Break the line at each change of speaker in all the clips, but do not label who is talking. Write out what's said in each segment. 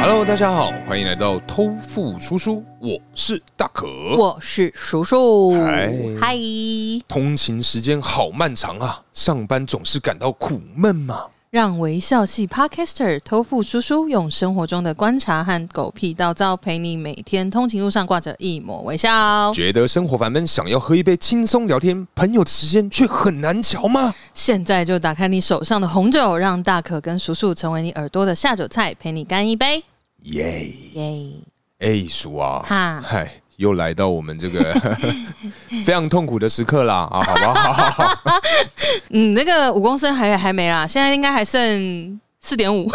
Hello，大家好，欢迎来到偷富叔叔，我是大可。
我是叔叔
嗨，
嗨，
通勤时间好漫长啊，上班总是感到苦闷嘛。
让微笑系 Podcaster 偷富叔叔用生活中的观察和狗屁道造，陪你每天通勤路上挂着一抹微笑。
觉得生活烦闷，想要喝一杯轻松聊天，朋友的时间却很难瞧吗？
现在就打开你手上的红酒，让大可跟叔叔成为你耳朵的下酒菜，陪你干一杯。
耶、
耶！
哎，叔啊，
哈
嗨，又来到我们这 个非常痛苦的时刻啦啊，好不好？
嗯，那个五公升还还没啦，现在应该还剩四点五。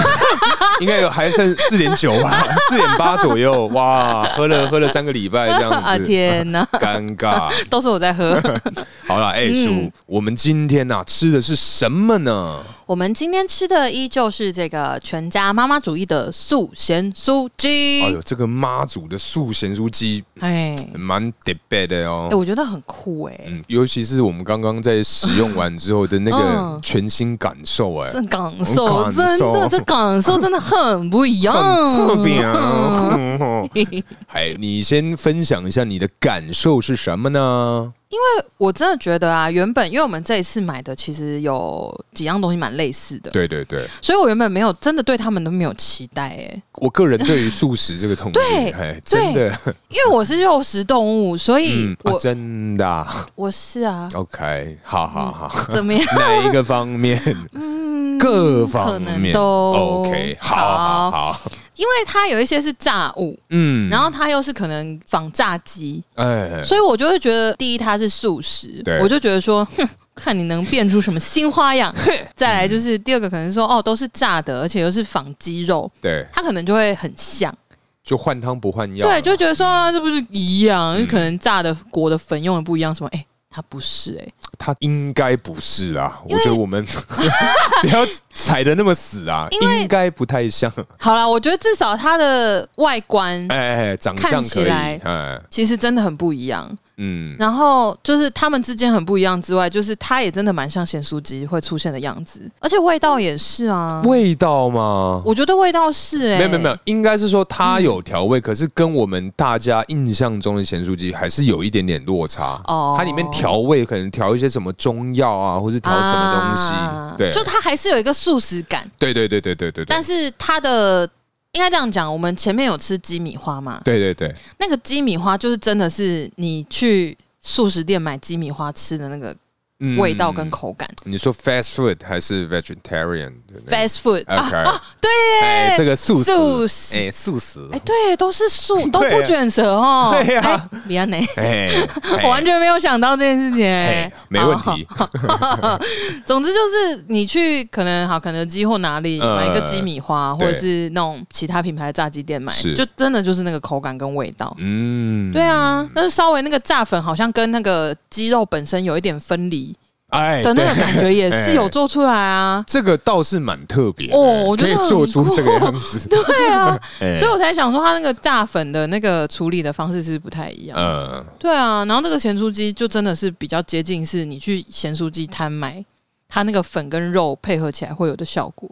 应该有还剩四点九吧，四点八左右，哇，喝了喝了三个礼拜这样子，
啊 天哪，
尴尬。
都是我在 喝。
好啦，哎、
嗯
叔，我们今天呐、吃的是什么呢？
我们今天吃的依旧是这个全家妈妈主义的素咸酥鸡。
哎呦，这个妈祖的素咸酥鸡
哎、
蛮得背的哦
哎、。我觉得很酷哎、
嗯，尤其是我们刚刚在使用完之后的那个
嗯
全新感受、哎、
这感
感
受真
受
的，这感受真的很 不一样，
很特别啊！哎，你先分享一下你的感受是什么呢？
我真的觉得啊，原本因为我们这一次买的其实有几样东西蛮类似的，
对对对，
所以我原本没有真的对他们都没有期待哎，
我个人对于素食这个统计，
对
哎，真的，
因为我是肉食动物，所以
嗯，啊
我、
真的啊
我是啊，
，OK，好
嗯
好好，
怎么样？
哪一个方面？哦各方
嗯可
面
能都
OK，好好好，
因为它有一些是炸物，
嗯，
然后它又是可能仿炸鸡，
哎，
所以我就会觉得，第一它是素食
对，
我就觉得说，哼，看你能变出什么新花样。再来就是第二个，可能说哦，都是炸的，而且又是仿鸡肉，
对，
它可能就会很像，
就换汤不换药，
对，就觉得说、啊、这不是一样，
嗯
就可能炸的裹的粉用的不一样，什么哎。它不是哎、
他应该不是啦，我觉得我 们不要踩的那么死啊，应该不太像，
好啦，我觉得至少它的外观
哎，长相
看
可
起
以，
来
哎，
其实真的很不一样。
嗯，
然后就是它们之间很不一样之外，就是它也真的蛮像咸酥鸡会出现的样子，而且味道也是啊。
嗯味道吗？
我觉得味道是哎、
没有没有没有，应该是说它有调味，可是跟我们大家印象中的咸酥鸡还是有一点点落差。
哦
它里面调味可能调一些什么中药啊，或是调什么东西。
啊
对，
就它还是有一个素食感，
对对对对对对对，
但是它的应该这样讲，我们前面有吃鸡米花嘛，
对对对，
那个鸡米花就是真的是你去素食店买鸡米花吃的那个
嗯
味道跟。口感、
你说 fast food 还是 vegetarian？对不
f
对
a s t food 啊，
OK，
对耶，
哎，这个素食，
素食
哎，素食
哎、，对，都 是素，都
对
不
啊
卷舌哦。
对呀，
米安内，
哎， 哎
我完全没有想到这件事情、
哎
哎，
没问
好。
题，
总之就是你去可能好肯德基或哪里
呃
买一个鸡米花，或
对
者是那种其他品牌的炸鸡店买
是，
就真的就是那个口感跟味道。
嗯，
对，啊，但是稍微那个炸粉好像跟那个鸡肉本身有一点分离
哎，
的那个
对
感觉，也是有
哎
做出 来啊。
这个倒是蛮特别的
哦我觉
可
得
以
很
做出这个
酷
样子，
对啊，
哎
所以我才想说它那个炸粉的那个处理的方式是不是不太一样？
嗯，
对啊，然后这个咸酥鸡就真的是比较接近，是你去咸酥鸡摊买，它那个粉跟肉配合起来会有的效果。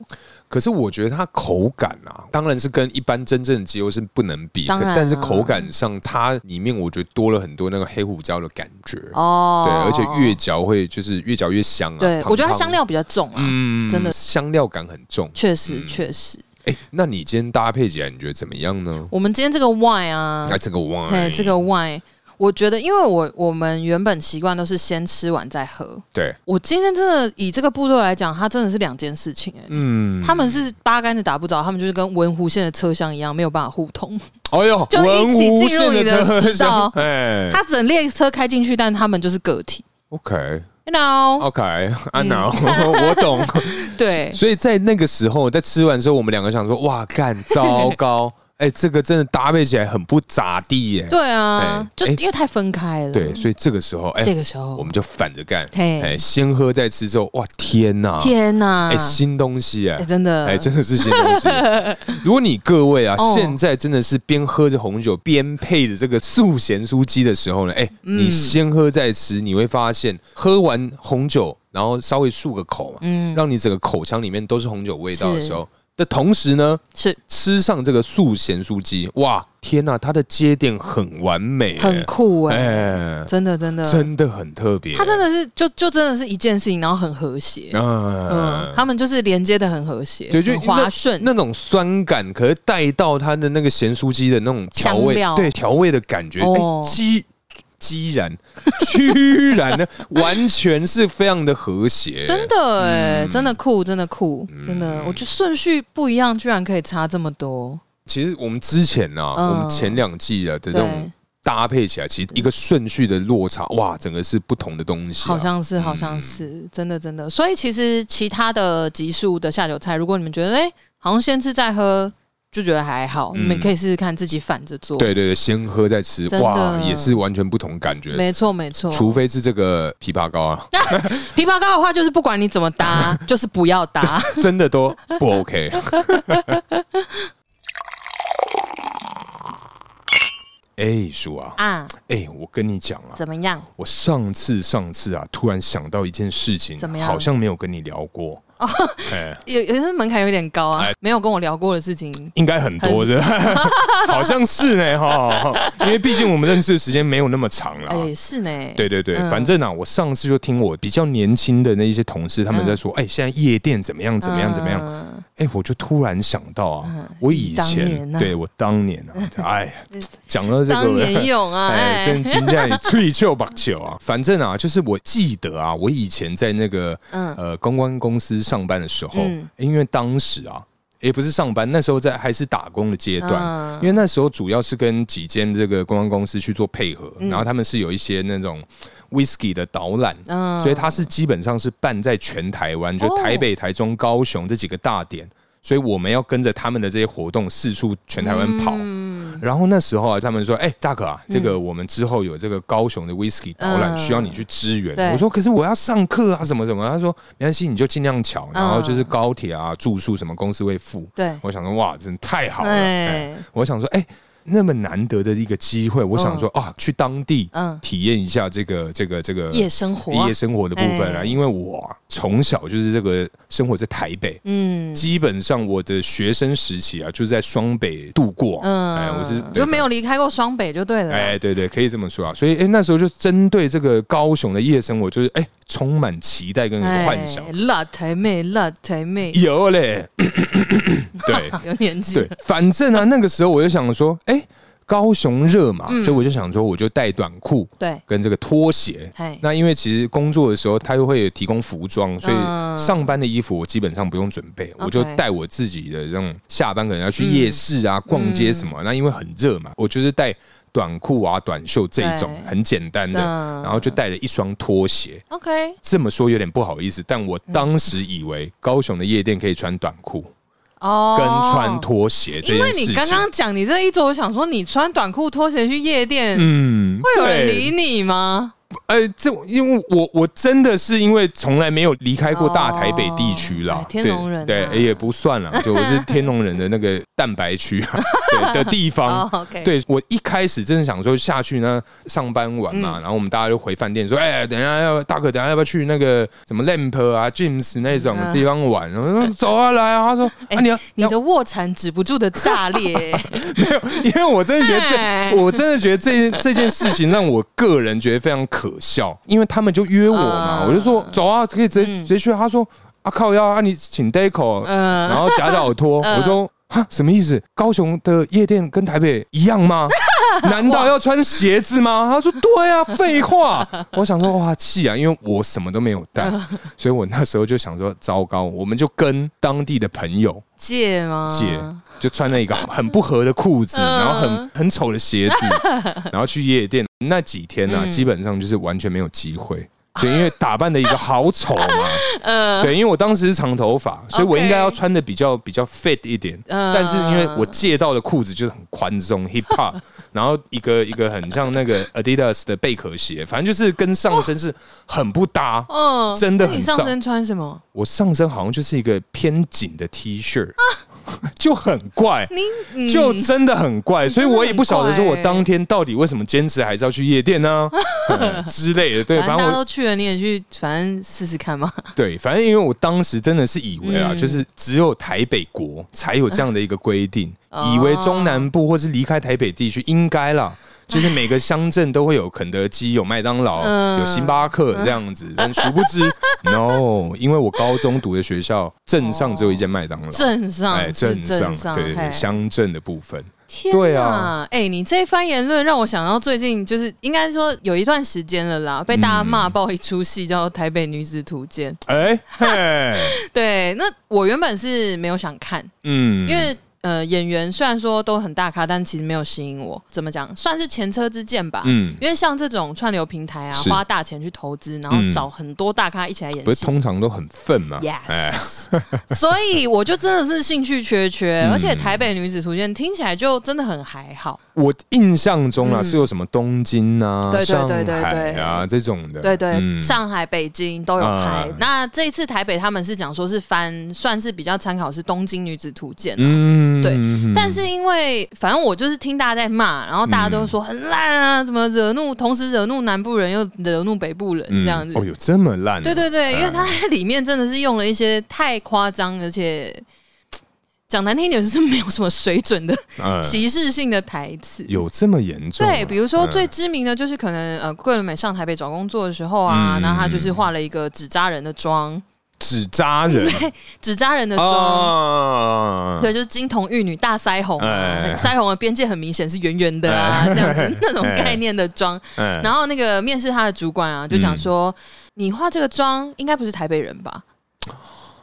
可是我觉得它口感啊，当然是跟一般真正的鸡肉是不能比，
当
可
然啊
但是口感上它里面我觉得多了很多那个黑胡椒的感觉，
哦
对，而且越嚼会就是越嚼越香啊。
对，
胖
我觉得它
胖
香料比较重啊，
嗯
真的
香料感很重。
确实
嗯
确实。
哎、那你今天搭配起来你觉得怎么样呢？
我们今天这个 wine 啊
呃那、，这个 wine，
哎，这个 wine。我觉得，因为我我们原本习惯都是先吃完再喝。
对，
我今天真的以这个步骤来讲，它真的是两件事情哎、
嗯，
他们是八竿子打不着，他们就是跟文湖线的车厢一样，没有办法互通。
哎呦，
就一起进入你的
文湖线车
食道
厢哎
他整列车开进去，但他们就是个体
，OK
，you know？、
OK，安娜，我懂。
对，
嗯 所以在那个时候，在吃完之后，我们两个想说，哇，干，糟糕， 哎，这个真的搭配起来很不咋地耶。
对啊
哎，
就
哎
因为太分开了。
对，所以这个时候，哎，
这个时候
我们就反着干，
嘿
哎，先喝再吃之后，哇，天呐，
天哪、
哎，新东西
哎、
哎。
真的，
哎，真的是新东西！如果你各位啊，
哦
现在真的是边喝着红酒边配着这个素咸酥鸡的时候呢，哎，
嗯
你先喝再吃，你会发现喝完红酒，然后稍微漱个口嘛，
嗯，
让你整个口腔里面都是红酒味道的
是
时候的同时呢，
是
吃上这个素咸酥鸡，哇，天呐，它的接点很完美，
很酷哎、
哎，
真的真的，
真的很特别，
他真的是就就真的是一件事情，然后很和谐。嗯，
嗯，
他们就是连接的很和谐，
对，就
很
那
滑顺。
那种酸感，可是带到它的那个咸酥鸡的那种调味
香料，
对调味的感觉，
哦
哎，鸡。居然， 居然呢，完全是非常的和谐，
真的哎、
嗯
真的酷，真的酷，真的，我觉得顺序不一样，居然可以差这么多。
其实我们之前呢、啊，
嗯
我们前两季的的这
对
种，搭配起来，其实一个顺序的落差，哇，整个是不同的东西、啊。
好像是，好像是，真的，真的。所以其实其他的集数的下酒菜，如果你们觉得哎、好像先吃再喝，就觉得还好，
嗯
你们可以试试看自己反着做。，
对对对，先喝再吃
真，的
哇，也是完全不同感觉。
没错，没错。
除非是这个枇杷膏啊，
枇杷膏的话，就是不管你怎 么搭，就是不要搭。
真的都不 OK。哎，叔啊，
啊，
哎，我跟你讲啊，
怎么样？
我上次上次啊，突然想到一件事情，
怎么样哦
好像没有跟你聊过。哎，
有有些门槛有点高啊，没有跟我聊过的事情。
应该很多的， 好像是呢哈，因为毕竟我们认识的时间没有那么长啦。
哎、是呢，
啊对对对，
嗯
反正啊，我上次就听我比较年轻的那一些同事他们在说，哎、现在夜店怎么样怎么样怎么样，
嗯
哎、我就突然想到啊，我以
当
前
年啊
对我当年啊，哎呀，讲到这个
当年勇啊，哎、
哎，真惊讶你吹球把球啊！反正啊，就是我记得啊，我以前在那个、
嗯
呃公关公司上班的时候，
嗯
因为当时啊，也不是上班，那时候在还是打工的阶段，
嗯
因为那时候主要是跟几间这个公关公司去做配合，然后他们是有一些那种 whisky 的导览，
嗯
所以它是基本上是办在全台湾，就
哦
台北、台中、高雄这几个大点。所以我们要跟着他们的这些活动四处全台湾跑，
嗯
然后那时候啊，他们说：“哎、大可啊，这个我们之后有这个高雄的 whisky 导览，
嗯
需要你去支援。
对
我说：“可是我要上课啊，什么什么。”他说：“没关系，你就尽量巧，然后就是高铁啊、住宿什么公司会付。”
嗯对
我想说：“哇，真的太好了！”
哎
哎我想说：“哎、那么难得的一个机会，我想说、啊，去当地
嗯
体验一下这个这个这个
夜生活啊
夜生活的部分啊。
哎
因为我啊从小就是这个生活在台北，
嗯
基本上我的学生时期啊，就是在双北度过。
嗯，
哎，我是
就没有。离开过双北就对了。
哎，对对，可以这么说啊。所以，哎，那时候就针对这个高雄的夜生活，就是哎，充满期待跟
哎
幻想。
辣台妹，辣台妹，
有 嘞，对
有年纪
对
了，，
反正啊，那个时候我就想说，哎，高雄热嘛，
嗯
所以我就想说，我就带短裤
对，
跟这个拖鞋。
哎，
那因为其实工作的时候，他又会有提供服装，所
嗯
以上班的衣服我基本上不用准备，我就
OK
带我自己的这种下班可能要去夜市啊、逛街什
嗯
么。那因为很热嘛，我就是带短裤啊、短袖这一种
对
很简单的，
嗯
然后就带了一双拖鞋。
OK，
这么说有点不好意思，但我当时以为高雄的夜店可以穿短裤
哦，
跟穿。拖鞋这
因为
件事情。
你刚刚讲你这一周，我想说你穿短裤拖鞋去夜店，
嗯，
会有人
对
理你吗？
呃，这因为我我真的是因为从来没有离开过大台北地区啦，
哦哎天龙人啊
对对也不算啦，就我是天龙人的那个蛋白区啊对的 地方
哦。，OK，，
对我一开始真的想说下去呢，上班晚
嗯
嘛，然后我们大家就回饭店说，哎、等一下要大哥，等一下要不要去那个什么 Lamp 啊、James 那种地方玩？然后说走啊，来啊。他说，
嗯哎
啊你要
你的卧蚕止不住的炸 裂，
因为我真的觉得
哎
这，我真的觉得这件这件事情让我个人觉得非常可笑，因为他们就约我嘛，
嗯
我就说走啊，可以直接、
嗯
直接去啊。他说啊靠腰啊，你请 Deco，、
嗯
然后夹脚拖，
嗯
我说。哈，什么意思？高雄的夜店跟台北一样吗？难道要穿鞋子吗？他说对啊，废 话。我想说哇气啊，因为我什么都没有带，
嗯
所以我那时候就想说糟糕，我们就跟当地的朋友
借吗？
借，就穿了一个很不合的裤子，
啊嗯
然后很很丑的鞋 子，然后去夜店。那几天呢、啊，
嗯
基本上就是完全没有机会。就因为打扮的一个好丑 嘛，
呃，
对，因为我当时是长头发，所以我
OK
应该要穿的比较比较 fit 一点，
嗯
但是因为我借到的裤子就是很宽松 hip hop，然后一个一个很像那个 Adidas 的贝壳鞋，反正就是跟上身是很不 搭。
嗯
真的
那
很
你上
燥
身穿什么？
我上身好像就是一个偏紧的 T 恤， 就很怪。
你、嗯
就真的很怪，所以我也不晓得说我
真的很怪欸
当天到底为什么坚持还是要去夜店 呢、嗯之类的。对，
反
反正
正大家
我
都去了，你也去，反正试试看 嘛。
对，啊反正因为我当时真的是以为啊，
嗯
就是只有台北国才有这样的一个规定，
哦
以为中南部或是离开台北地区应该啦。就是每个乡镇都会有肯德基、有麦当劳、
嗯
有星巴克这样子，但殊不 知，no，因为我高中读的学校镇上只有一间麦当劳，哎
镇上是
镇
镇
上
上，
对对
嘿
乡镇的部分，
天
对
呐，
啊
哎、你这一番言论让我想到最近，就是应该说有一段时间了啦，被
嗯
大家骂爆一出戏叫《台北女子图鉴》。
哎、 嘿，
对，那我原本是没有想看，
嗯，
因为。呃，演员虽然说都很大咖，但其实没有吸引我。怎么讲，算是前车之鉴吧。
嗯
因为像这种串流平台啊，
是
花大钱去投资，然后
嗯
找很多大咖一起来演戏，
不是通常都很愤嘛
Yes，所以我就真的是兴趣缺缺，而且台北女子图鉴听起来就真的很还好。
我印象中啊，
嗯
是有什么东京啊、
对对
上
对对对
海啊这种的，
对对，
嗯
上海、北京都有
啊
拍。那这一次台北他们是讲说是翻，算是比较参考是《东京女子图鉴》啊。
嗯
对
嗯
但是因为反正我就是听大家在骂，然后大家都说很烂啊，怎么惹怒，同时惹怒南部人又惹怒北部人
嗯
这样子。
哦，有这么烂啊、
对对对，因为
嗯
它里面真的是用了一些太夸张，而且讲难听一点就是没有什么水准的
嗯
歧视性的台词。
有这么严重啊、
对，比如说
嗯
最知名的就是可能呃，桂纶镁上台北找工作的时候啊，
嗯
然后她就是画了一个纸扎人的妆，
纸扎人
纸扎人的
哦
妆。
啊，
对，就是金童玉女大腮红、啊，
哎
很腮红的边界很明显是圆圆的啊，这样 子那种概念的妆。
嗯，
然后那个面试他的主管啊，就讲说：“你画这个妆应该不是台北人吧？”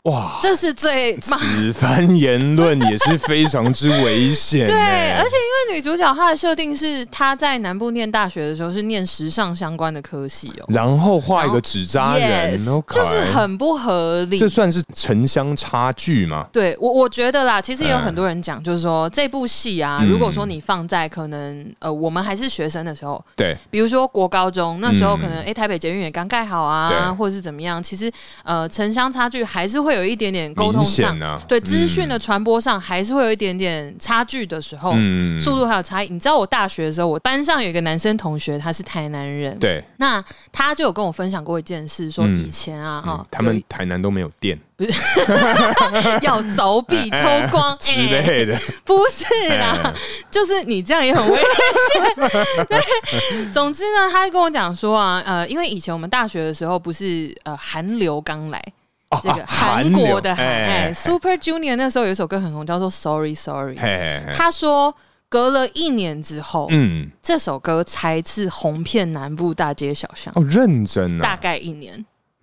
哇，
这是最 骂
此番言论也是非常之危险、欸。
对，而且因为女主角她的设定是她在南部念大学的时候是念时尚相关的科系哦、
然后画一个纸扎人
Yes，
，OK
就是很不合理
这。算是城乡差距吗？
对我，我觉得啦，其实也有
嗯
很多人讲，就是说这部戏啊，
嗯
如果说你放在可能呃，我们还是学生的时候，
对，
比如说国高中那时候，
嗯
可能诶、台北捷运也刚盖好
对
啊，或者是怎么样，其实呃，城乡差距还是会有一点点沟通
明
上
显，啊，
对资讯
嗯
的传播上还是会有一点点差距的时候，
嗯
速度还有差异。你知道我大学的时候，我班上有一个男生同学，他是台南人，
对，
那他就有跟我分享过一件事，说
嗯
以前啊，哈、
嗯他们台南都没有电
有一 要凿壁偷光
之
哎
类哎的，
不是啦，就是你这样也很危险。 对，总之呢，他跟我讲说啊，呃，因为以前我们大学的时候不是呃韩流刚来，
哦
这个
啊
韩
流
国的韩、哎
哎
Super Junior 那时候有一首歌很红，叫做 Sorry Sorry
嘿。嘿嘿
他说隔了一年之后，
嗯，
这首歌才是红遍南部大街小巷，
哦，认真
大
啊，
概一年。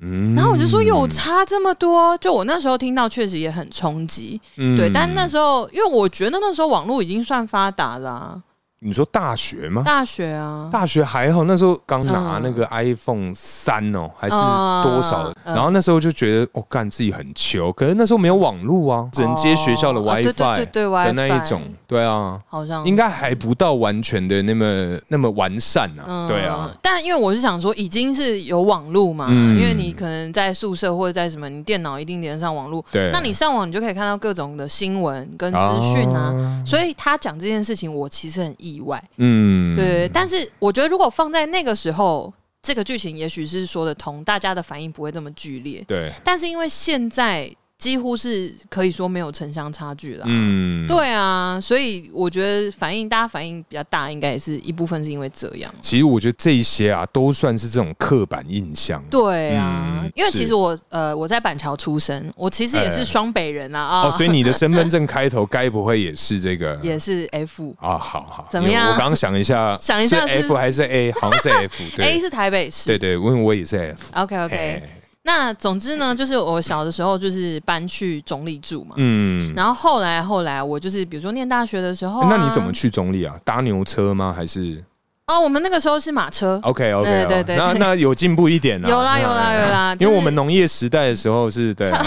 嗯
然后我就说有差这么多，就我那时候听到确实也很冲击，
嗯
对。但那时候因为我觉得那时候网络已经算发达啦、
你说大学吗？
大学啊，
大学还好，那时候刚拿
嗯
那个 iPhone 三哦，还是
嗯
多少？
嗯
然后那时候就觉得，哦，干自己很穷，可是那时候没有网络啊，只能接学校的
哦对
WiFi
对对对
的
WiFi
那一种，对啊，
好像
应该还不到完全的那么那么完善啊，对啊，。
嗯但因为我是想说，已经是有网络嘛，
嗯
因为你可能在宿舍或者在什么，你电脑一定连上网络，
对，啊
那你上网你就可以看到各种的新闻跟资讯啊。
啊
所以他讲这件事情，我其实很意外。
嗯，
对，但是我觉得如果放在那个时候，这个剧情也许是说得通，大家的反应不会这么剧烈。
对，嗯
但是因为现在几乎是可以说没有城乡差距啦。
嗯，
对啊，所以我觉得反应大家反应比较大，应该也是一部分是因为这样。
其实我觉得这一些啊，都算是这种刻板印象。
对啊，
嗯
因为
是
其实我呃我在板桥出生，我其实也
哎
是双北人啊啊，
哦，所以你的身份证开头该不会也是这个？
也是 F
啊，好好，
怎么样
因为我刚刚想一下，
想一下
是
是
F 还是 A？好像是 F，
A
对，
是台北市，
对对，因为我也是 F。
OK OK，、
哎
那总之呢，就是我小的时候就是搬去中立住嘛，
嗯，
然后后来后来我就是比如说念大学的时候啊、
哎那你怎么去中立啊？搭牛车吗？还是
哦，我们那个时候是马车，
OK OK？
对对对
那
对
哦那有进步一点啊，
有啦有啦
哎
有啦，
因
就
为
是
我们农业时代的时候是对 啊，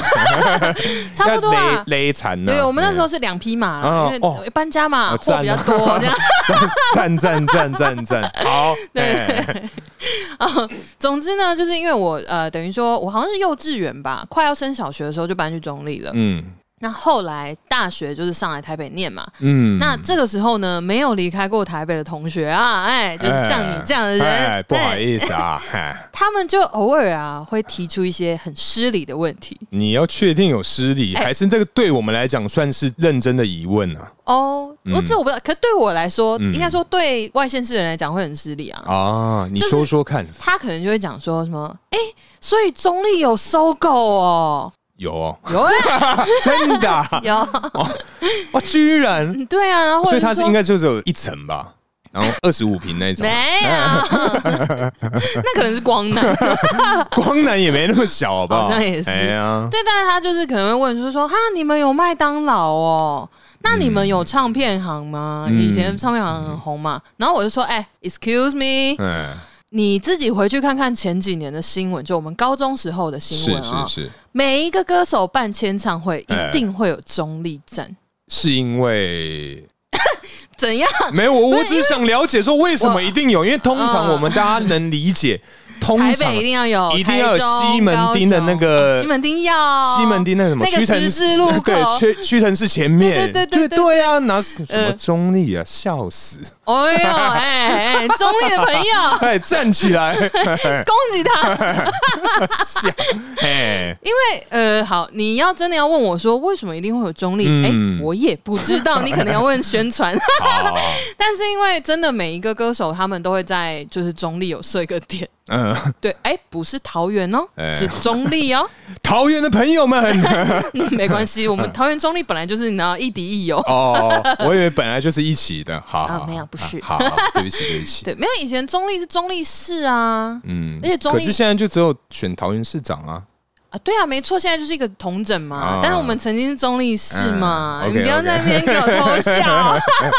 差不多
要
啊。
勒勒残嗯呢。
对，我们那时候是两匹马啦，
嗯哦
因为搬家嘛，
哦
货比
赞
较
啊
多这样。
赞赞赞赞赞，好，哎
哦总之呢，就是因为我呃，等于说我好像是幼稚园吧，快要升小学的时候就搬去中立了。
嗯
那后来大学就是上来台北念嘛，
嗯
那这个时候呢，没有离开过台北的同学啊，哎，就是像你这样的人，
哎哎不好
哎
意思啊，哎
他们就偶尔啊会提出一些很失礼的问题
你要确定有失礼，
哎
还是这个对我们来讲算是认真的疑问啊？
哦，我、
嗯
这我不知道，可对我来说，
嗯
应该说对外县市人来讲会很失礼啊。
啊，你说说看，
他可能就会讲说什么，哎、所以中立有搜狗哦，
有哦，
有啊
真的啊
有，
哇，居然，
嗯对啊，然后或
所
者
以它是
说
应该就只有一层吧，然后二十五平那种，
没有， 那可能是光南。
光南也没那么小，好不好？
好像也是
哎呀，
对，但是他就是可能会问说说哈，你们有麦当劳哦？那你们有唱片行吗？
嗯
以前唱片行很红嘛。然后我就说，哎、e x c u s e me，、
嗯，
你自己回去看看前几年的新闻，就我们高中时候的新
是
闻啊、
是是，
每一个歌手办签唱会
哎
一定会有中立站，
是因为
怎样？
没有，我我只是想了解说为什么一定有，因为通常
嗯
我们大家能理解，通
台
常
北一定要有，
一定要有
台中
西门町的那个
高雄哦西门町要
西门町那个什么
哦那
屈
个
臣
十字路口
对，屈屈臣氏前面，
对对对对
就
对
对啊，拿什么
呃
中立啊，笑死！，
哎呦，哎哎，中立的朋友
哎，站起来，
恭喜他！
笑， 哎，
因为呃，好，你要真的要问我说为什么一定会有中立？哎、
嗯
我也不知道，你可能要问 宣传。
好，
但是因为真的每一个歌手他们都会在就是中立有设一个点，
嗯，
对，哎、不是桃园哦，
哎
是中 立哦，
桃园的朋友们，
嗯没关系，我们桃园中立本来就是你知道一敌一友。
哦，我以为本来就是一起的，好，
啊
好
没有不是
好，好，对不起，对不起，
对，没有以前中立是中立市啊，
嗯
而且中立
可是现在就只有选桃园市长 啊，
啊，对啊，没错，现在就是一个同整嘛。
啊
但是我们曾经是中立市嘛，
嗯
你不要
OK，OK
在那边给我 偷笑。哦
嘿，好
贱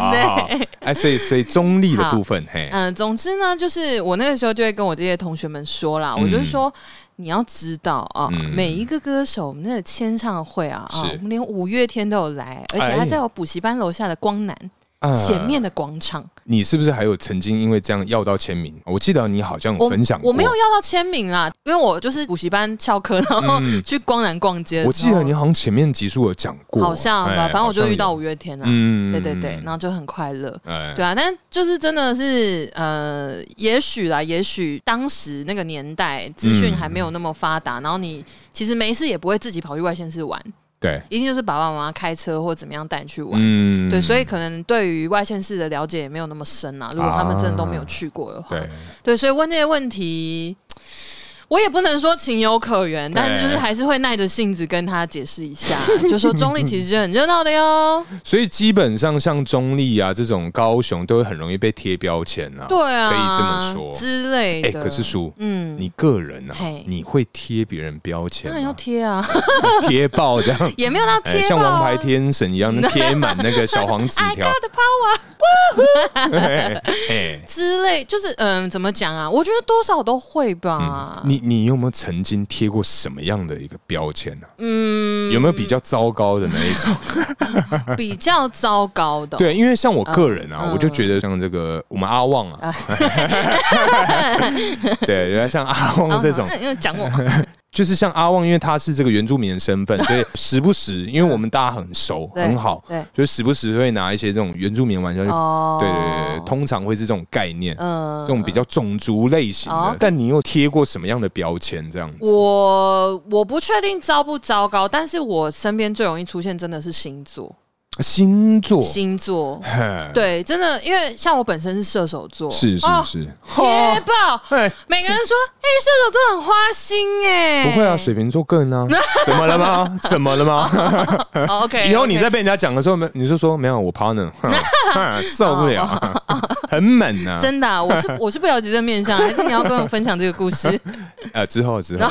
好
欸
好好哎，所以所以中立的
好
部分，嘿，
嗯，总之呢，就是我那个时候就会跟我这些同学们说啦，
嗯
我就说。你要知道啊，
嗯
每一个歌手，我们那个签唱会啊，啊
是，
我们连五月天都有来，而
哎
且他在我补习班楼下的光南、
啊
前面的广场，
你是不是还有曾经因为这样要到签名？我记得你好像有
我
分享过，
我没有要到签名啦，因为我就是补习班翘课，然后
嗯
去光南逛街的时候。
我记得你好像前面集数有讲过，
好像吧，
哎
反正我就遇到，
好
五月天啦，
像有嗯
对对对，然，后就很快乐。
哎
对啊，但就是真的是呃，也许啦，也许当时那个年代资讯还
嗯
没有那么发达，然后你其实没事也不会自己跑去外县市玩，
对，
一定就是爸爸妈妈开车或怎么样带你去玩。
嗯
对，所以可能对于外县市的了解也没有那么深啊。如果他们真的都没有去过的话，
啊对，
对，所以问这些问题，我也不能说情有可原，但是就是还是会耐着性子跟他解释一下，就说中立其实是很热闹 的哟。
所以基本上像中立啊这种高雄都会很容易被贴标签啊。
对啊，
可以这么说
之类
哎，
的。
可是叔，
嗯，
你个人啊
嘿，
你会贴别人标签
当
吗，
然要贴啊，。
贴爆这样
也没有到贴、
哎，
吧。
像王牌天神一 样，贴满那个小黄纸
I
条
got the power
哎，
之类，就是嗯，怎么讲啊？我觉得多少都会吧。
你你有没有曾经贴过什么样的一个标签呢、啊
嗯，
有没有比较糟糕的那一 种？
比较糟糕的？，
对，因为像我个人啊，
嗯
我就觉得像这个我们阿旺
嗯
啊，对，原来像阿旺这种，
哎
嗯，因为讲我
就是像阿旺，因为他是这个原住民的 身份，所以时不时，因为我们大家很熟
对
很好，
对
就时不时会拿一些这种原住民的玩笑去，
哦，
对对对对，通常会是这种概念，
嗯
这种比较种族类型的
哦。
但你又贴过什么样的标签？这样子，
我我不确定糟不糟糕，但是我身边最容易出现真的是星座，
星座，
星座，
嘿
对，真的，因为像我本身是射手座，
是是
哦
是，
贴爆，
哎，
每个人说，哎、射手座很花心哎、
不会啊，水瓶座更 啊，怎么了吗？怎么了吗？
哦 OK，
以后你在被人家讲的时候，没你就说没有我 partner，哼
哦
哼受不了，很猛啊
OK，。真 的啊、我是我是不了解这面相，还是你要跟我分享这个故事？
呃，之后之 后，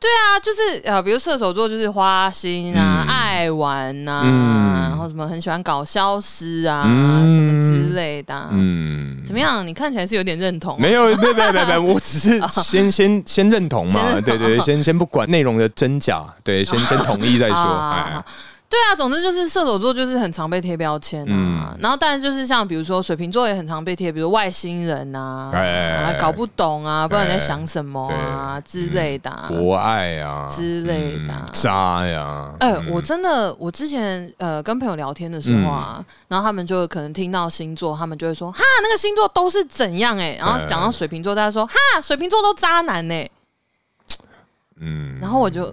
对啊，就是呃，比如射手座就是花心啊、
嗯
爱玩呐、
嗯
然后什么很喜欢搞消失啊、
嗯
什么之类的啊、
嗯，
怎么样？你看起来是有点认同、啊，
没有，没有没有没有没有，我只 是先先先认同
哦先
嘛，
认
对对，对先先不管内容的真假，对，先先同意再说。哎
啊，对啊，总之就是射手座就是很常被贴标签啊，
嗯
然后当然就是像比如说水瓶座也很常被贴，比如外星人啊，
哎
啊搞不懂啊，不知道你在想什么啊之类的啊、
博爱啊
之类的啊
嗯渣呀，
哎、我真的，我之前呃跟朋友聊天的时候啊，
嗯
然后他们就可能听到星座，他们就会说哈那个星座都是怎样哎、然后讲到水瓶座，大家说哈水瓶座都渣男哎、
嗯，
然后 我就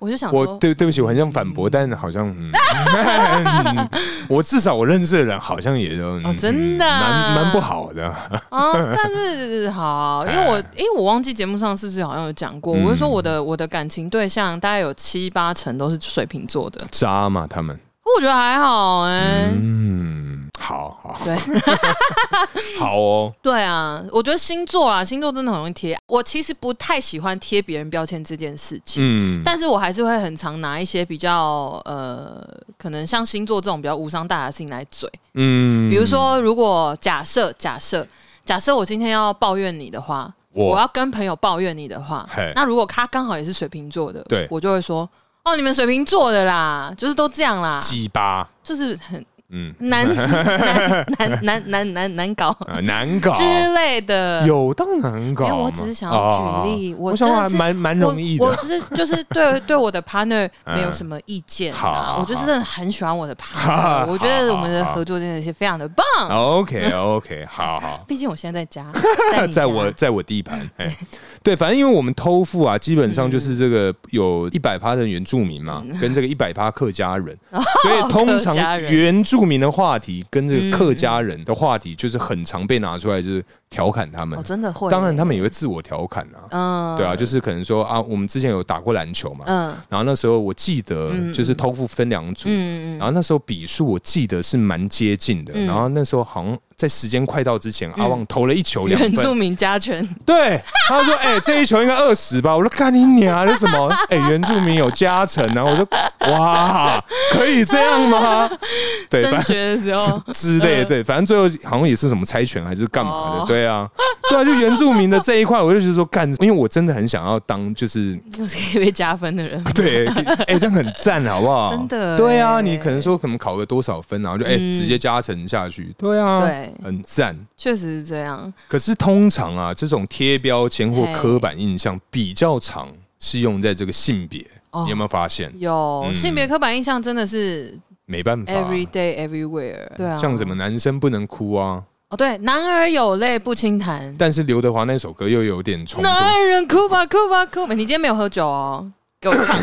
我就想说，
我对对不起，我很想反驳，但好像，嗯 嗯 我至少我认识的人好像也都嗯
哦真的啊
蛮蛮不好的，
啊，但是好，因为
哎
我因为我忘记节目上是不是好像有讲过，我就说我的
嗯
我的感情对象大概有七八成都是水瓶座的，
渣嘛他们，
可我觉得还好哎、
嗯，好好
对
好哦，
对啊，我觉得星座啊，星座真的很容易贴。我其实不太喜欢贴别人标签这件事情，
嗯，
但是我还是会很常拿一些比较呃，可能像星座这种比较无伤大雅的事情来嘴。
嗯
比如说，如果假设假设假设我今天要抱怨你的话，
我
我要跟朋友抱怨你的话
嘿，
那如果他刚好也是水瓶座的，
对
我就会说。哦，你们水瓶座的啦，就是都这样啦，
鸡巴，
就是很
嗯，
难 难难难难难难搞
啊难搞，
之类的。
有当然搞
因
嘛，
为我只是想要举例
哦
我
我想
真的
还
是
蛮蛮
我
容易
我
的。
是就是对对我 的 partner
嗯
没有什么意见
好
啊
好，
我就是真的很喜欢我的
好好
partner，我觉得我们的
好好
合作真的是非常的棒。
OK OK，好好，
毕竟我现在 在家，在你
在
家
我在我地 盘，哎，对，反正因为我们偷富啊，基本上就是这个有
嗯
一百趴的原住民嘛，跟这个一百趴客家 人，所以通常
哦客家人
原住民的话题跟这个客家人的话题，就是很常被拿出来就是调侃他们
哦，。真的会，
当然，他们也会自我调侃啊，
嗯，
对啊，就是可能说啊，我们之前有打过篮球嘛，
嗯
然后那时候我记得就是偷富分两组，
嗯嗯
然后那时候比数我记得是蛮接近的，
嗯
然后那时候好像在时间快到之前，阿旺投了一球
嗯，
两
原住
分，
民加权，
对，他说：“哎、这一球应该二十吧？”我说：“干你娘的什么？哎、原住民有加成啊！”我说：“哇，可以这样吗？” 对，
升
反正。
学的 时候，
之类的，
嗯
对，反正最后好像也是什么猜拳还是干嘛的，
哦
对啊，对啊，就原住民的这一块，我就觉得说干，因为我真的很想要当就是
就是可以被加分的人，
对，哎、这样很赞，好不好？
真的
对啊，
欸
你可能说可能考个多少分，然后就哎、
嗯
直接加成下去，对啊，
对
很赞。
确实是这样。
可是通常啊，这种贴标签或
嘿
刻板印象比较常是用在这个性别，
哦
你有没有发现？
有
嗯
性别刻板印象真的是
没办法、
every day everywhere，对啊，
像什么男生不能哭啊，
哦，对，男儿有泪不轻弹，
但是刘德华那首歌又有点 冲突，
男人哭吧哭吧哭吧，你今天没有喝酒哦，给我唱，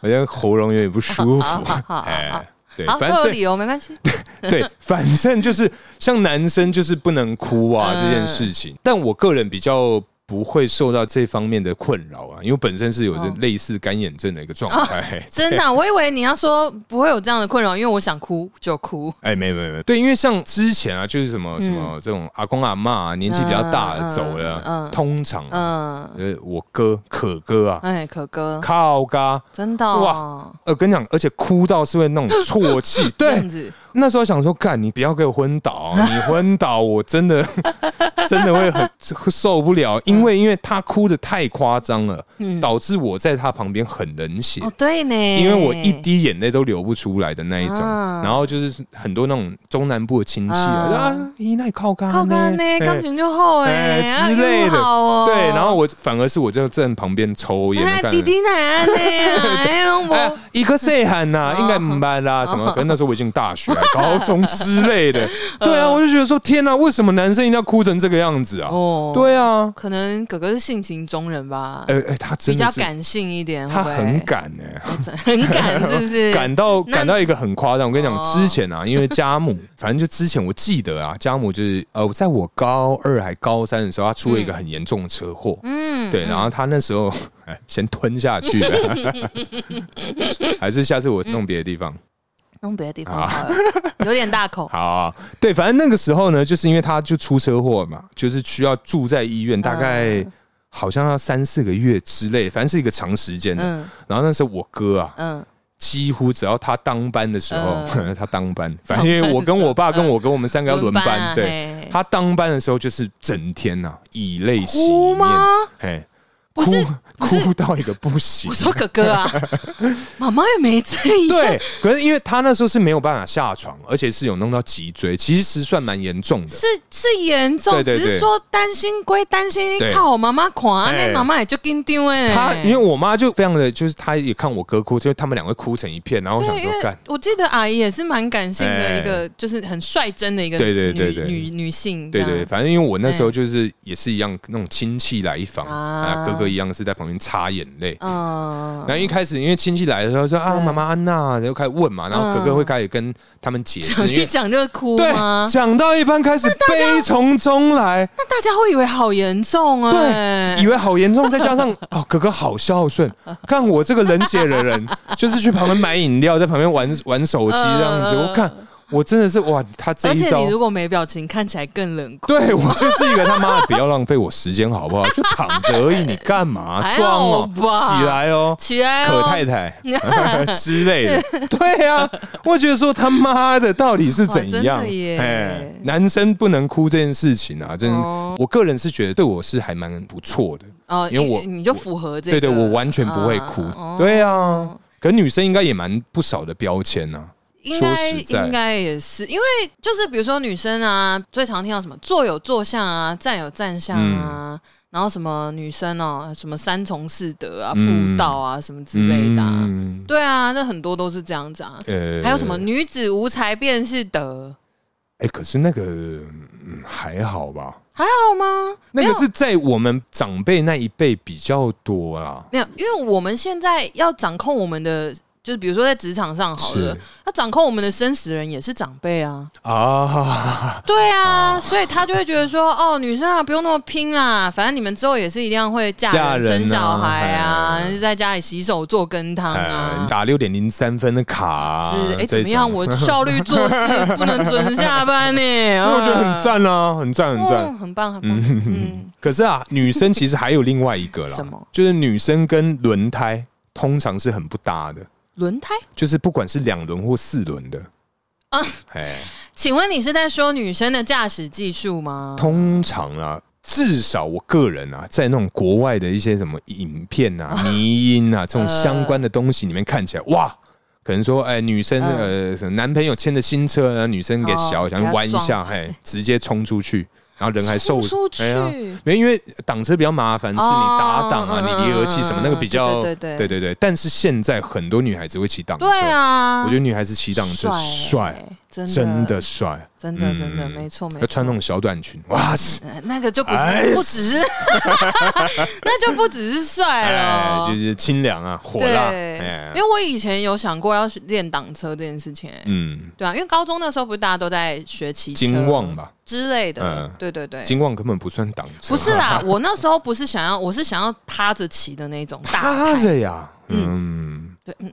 好像喉咙有点不舒服
好好好好，
哎、
好
对，
好，
反
各
正
有
对
理哦由没关系，
对，反正就是像男生就是不能哭啊、
嗯
这件事情，但我个人比较。不会受到这方面的困扰啊，因为本身是有着
哦
类似干眼症的一个状态。
真的啊，我以为你要说不会有这样的困扰，因为我想哭就哭，
哎，没有没有没有，对，因为像之前啊，就是什么
嗯
什么这种阿公阿嬷啊，年纪比较大
嗯嗯
的走了啊，
嗯
通常啊
嗯，
呃，我哥可哥啊，
哎，可哥，
靠嘎，
真的、哦、
呃，跟你讲，而且哭到是会那种啜泣，
这
对
样，子，
那时候想说，干你不要给我昏倒，啊你昏倒我真的 真的会很受不了，因为因为他哭的太夸张了，
嗯
导致我在他旁边很冷血。
哦，对呢，
因为我一滴眼泪都流不出来的那一种，
啊
然后就是很多那种中南部的亲戚啊，
啊
就啊，咦，那靠干
靠干呢，钢琴就厚哎
哎之类的，
哦、
对，然后我反而是我就站旁边抽烟，
哎
干
弟弟 奶奶呀，哎龙
哎
伯，，
一个岁喊呐，
哦
应该唔办 啦，什么？可能那时候我已经大学、高中之类
嗯
的。对啊，我就觉得说，天呐，为什么男生一定要哭成这个样子啊？
哦，，
对啊，
可能哥哥是性情中人吧，
呃，哎，他
比
真的
较
是，
感性一点，
他
会不会
很敢哎，
很 敢，是不是？
感到
那
感到一个很夸张。我跟你讲，
哦
之前 啊，因为家母，反正就之前我记得啊，家母就是呃，在我高二还高三的时候，他出了一个很严重的车祸。
嗯，
对，然后他那时候 哎先吞下去 了，还是下次我弄别的地方。
弄别的地
啊
方好了，有点大口，
好、啊对，反正那个时候呢，就是因为他就出车祸嘛，就是需要住在医院，大概
啊
好像要三四个月之类，反正是一个长时间的。
嗯
然后那时候我哥啊，
嗯，
几乎只要他当班的时候，
嗯
他当班，反正因为我跟我爸跟我跟我们三个要轮班，
啊
对，
嘿
他当班的时候就是整天呐、以泪洗
哭
面，
吗？
嘿，
不
哭
是不是
哭到一个不行
我。说哥 哥啊，妈妈也没这样，
对，可是因为他那时候是没有办法下床，而且是有弄到脊椎，其实算蛮严重的。
是是严重，
对对
只
对
是说担心归担心，
对
靠妈妈垮，
哎
那妈妈也就跟丢哎。
他因为我妈就非常的，就是她也看我哥哭，就是他们两个哭成一片，然后我想
对，因
说
为
干，
我记得阿姨也是蛮感性
哎
的一个，就是很率真的一个
对对
女
对对
女女性这
对
样，
对，反正因为我那时候就是也是一样，那种亲戚来一访啊，
啊
哥哥一样是在旁边擦眼泪。
嗯
然后一开始因为亲戚来的时候说啊，
对嗯
妈妈安娜，就开始问嘛，然后哥哥会开始跟他们解释，
讲
因
一
为
讲就哭
对
吗？
讲到一半开始悲从中来，
那大家会以为好严重啊，
对，以为好严重，再加上 哦，哥哥好孝顺，看我这个冷血的人， 就是去旁边买饮料，在旁边玩玩手机这样子，
嗯
我看我真的是哇，他这
而
一
且
招
你。如果没表情，看起来更冷酷。
对我就是一个他妈的，不要浪费我时间好不好？就躺着而已，你干嘛
还好
装哦？
吧
起来哦，
起来哦，
可太 太之类的。对啊，我觉得说他妈的到底是怎样哎
哇真的？耶
男生不能哭这件事情啊，真
哦
我个人是觉得对我是还蛮不错的。
哦，
因为我
你就符合这
对
个，啊哦
对，我完全不会哭。对啊，可女生应该也蛮不少的标签啊。
应
说
该
实在
应该也是，因为就是比如说女生啊，最常听到什么坐有坐相啊，站有站相啊。
嗯
然后什么女生哦，什么三从四德啊、
嗯
妇道啊，什么之类的啊、
嗯
对啊，那很多都是这样子啊。
呃
还有什么？女子无才便是德，
哎，可是那个嗯还好吧？
还好吗？
那个是在我们长辈那一辈比较多啦。
没有，因为我们现在要掌控我们的，就是比如说在职场上好了
是，
要掌控我们的生死人也是长辈啊，
啊，
对啊，所以他就会觉得说，哦，女生啊不用那么拼啦，反正你们之后也是一定会嫁人
嫁人啊
生小孩啊，
哎
就在家里洗手做羹汤
哎
啊
你。打六点零三分的卡啊
是，哎、
这
怎么样？
种
我效率做事不能准下班呢、
因为 我觉得
啊
很赞啊，很赞，很赞。
哦很棒，很棒。嗯，
可是啊，女生其实还有另外一个啦
什么，
就是女生跟轮胎通常是很不搭的，
轮胎？
就是不管是两轮或四轮的。哎，
请问你是在说女生的驾驶技术吗？
通常啊，至少我个人啊，在那种国外的一些什么影片啊、迷音啊这种相关的东西里面看起来，哇，可能说，哎，女生呃，什么男朋友牵着新车，然后女生给小
哦
想
给她
弯一下，
撞
嘿，直接冲出去，然后人还受
冲出去
哎呀没有，因为挡车比较麻烦，是你打挡啊，
哦
你离合器什么那个比较，
对对对
对对。但是现在很多女孩子会骑挡车，
对，啊，
我觉得女孩子骑挡车
帅
帅，
欸，真的
真的帅，
真的
嗯
真的没错没
要
错，
穿那种小短裙，哇塞！
呃那个就不是、
哎
不只是， 那就不只是帅了、
哎，就是清凉啊，火
对
辣，哎，
因为我以前有想过要去练挡车这件事情、哎
嗯，
对啊，因为高中那时候不是大家都在学骑车
金旺吧，
之类的，
嗯
对对对。
金旺根本不算啊挡车，
不是 啦， 我那时候不是想要，我是想要趴着骑的那种大
趴
台，
着啊呀，嗯，
对嗯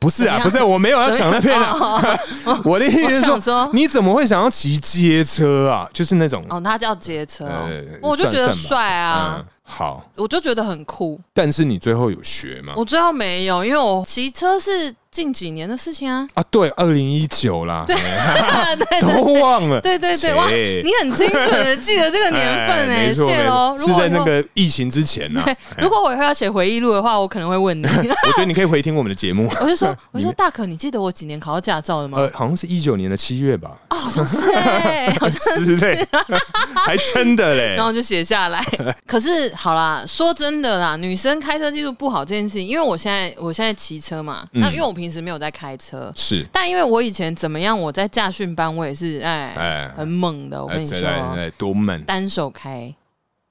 不是啊，
怎么样
不是，我没有要讲那 边
哦
啊，我的意思是
我想
说
说，
你怎么会想要骑街车啊？就是那种
哦，那叫街车哦
呃，
我就觉得
算算吧
帅啊，
嗯，好，
我就觉得很酷，
但是你最后有学吗？
我最后没有，因为我骑车是近几年的事情啊。
啊，对，二零一九啦，对，
对
都
对
忘了，
对对对，哇，
切
你很精准的记得这个年份
哎
哎，
没错
谢
没
喽
错。
如
是
果
在
以
那
后
个哎疫情之前呢，
对，如果我以后要写回忆录的话，我可能 会问你。
我觉得你可以回听我们的节目，
我就说，我就说大可，你记得我几年考到驾照的吗？
呃，好像是一九年的七月吧，
哦，好像是哎，好像
之类， 还真的嘞
然，后就写 下来。可是好啦，说真的啦，女生开车技术不好这件事情，因为我现在我现在骑车嘛，
嗯
那因为我平时没有在开车，
是，
但因为我以前怎么样，我在驾训班我也是哎
哎，
很猛的，我跟你
哎
说，
哎哎多闷，
单手开，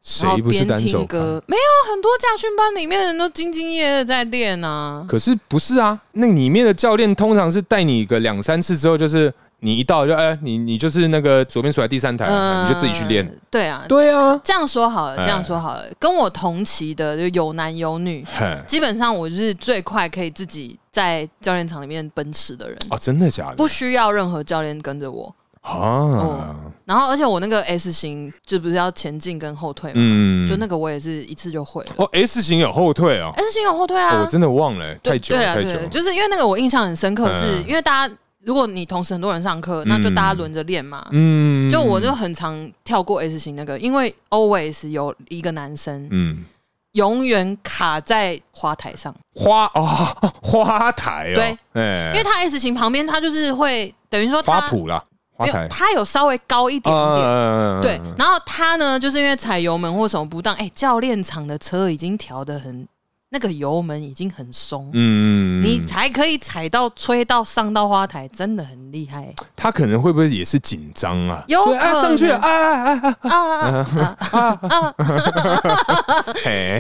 谁
然后
不是
边
单手
听
开？
歌，没有很多驾训班里面的人都兢兢业业在练啊。
可是不是啊？那里面的教练通常是带你个两三次之后，就是你一到就哎，你你就是那个左边数来第三台，哎
嗯，
你就自己去练。
对啊，
对啊，
这样说好了，
哎
这样说好了，跟我同期的就有男有女，
哼
基本上我就是最快可以自己在教练场里面奔驰的人，
哦，真的假的？
不需要任何教练跟着我。
啊
哦，然后，而且我那个 S 型就不是要前进跟后退嘛，
嗯
就那个我也是一次就会了。
哦 S 型有后退哦，
S 型有后退啊，
哦我真的忘了，
对
太久了，
对啊
太
对
久
啊
了。
就是因为那个我印象很深刻是，
嗯
因为大家如果你同时很多人上课，那就大家轮着练嘛。
嗯
就我就很常跳过 S 型那个，因为 always 有一个男生
嗯
永远卡在花台上，
花哦 花台哦，
对，
哎，
因为他 S 型旁边他就是会等于说他
花圃啦，花
没
台
有，他有稍微高一点点，
嗯
对，然后他呢，就是因为踩油门或什么不当，哎、教练场的车已经调的很，那个油门已经很松，
嗯
你才可以踩到、吹到、上到花台，真的很厉害
他可能会不会也是紧张啊？
有
对啊，
可
上去了
能
啊啊啊啊！
啊 啊！啊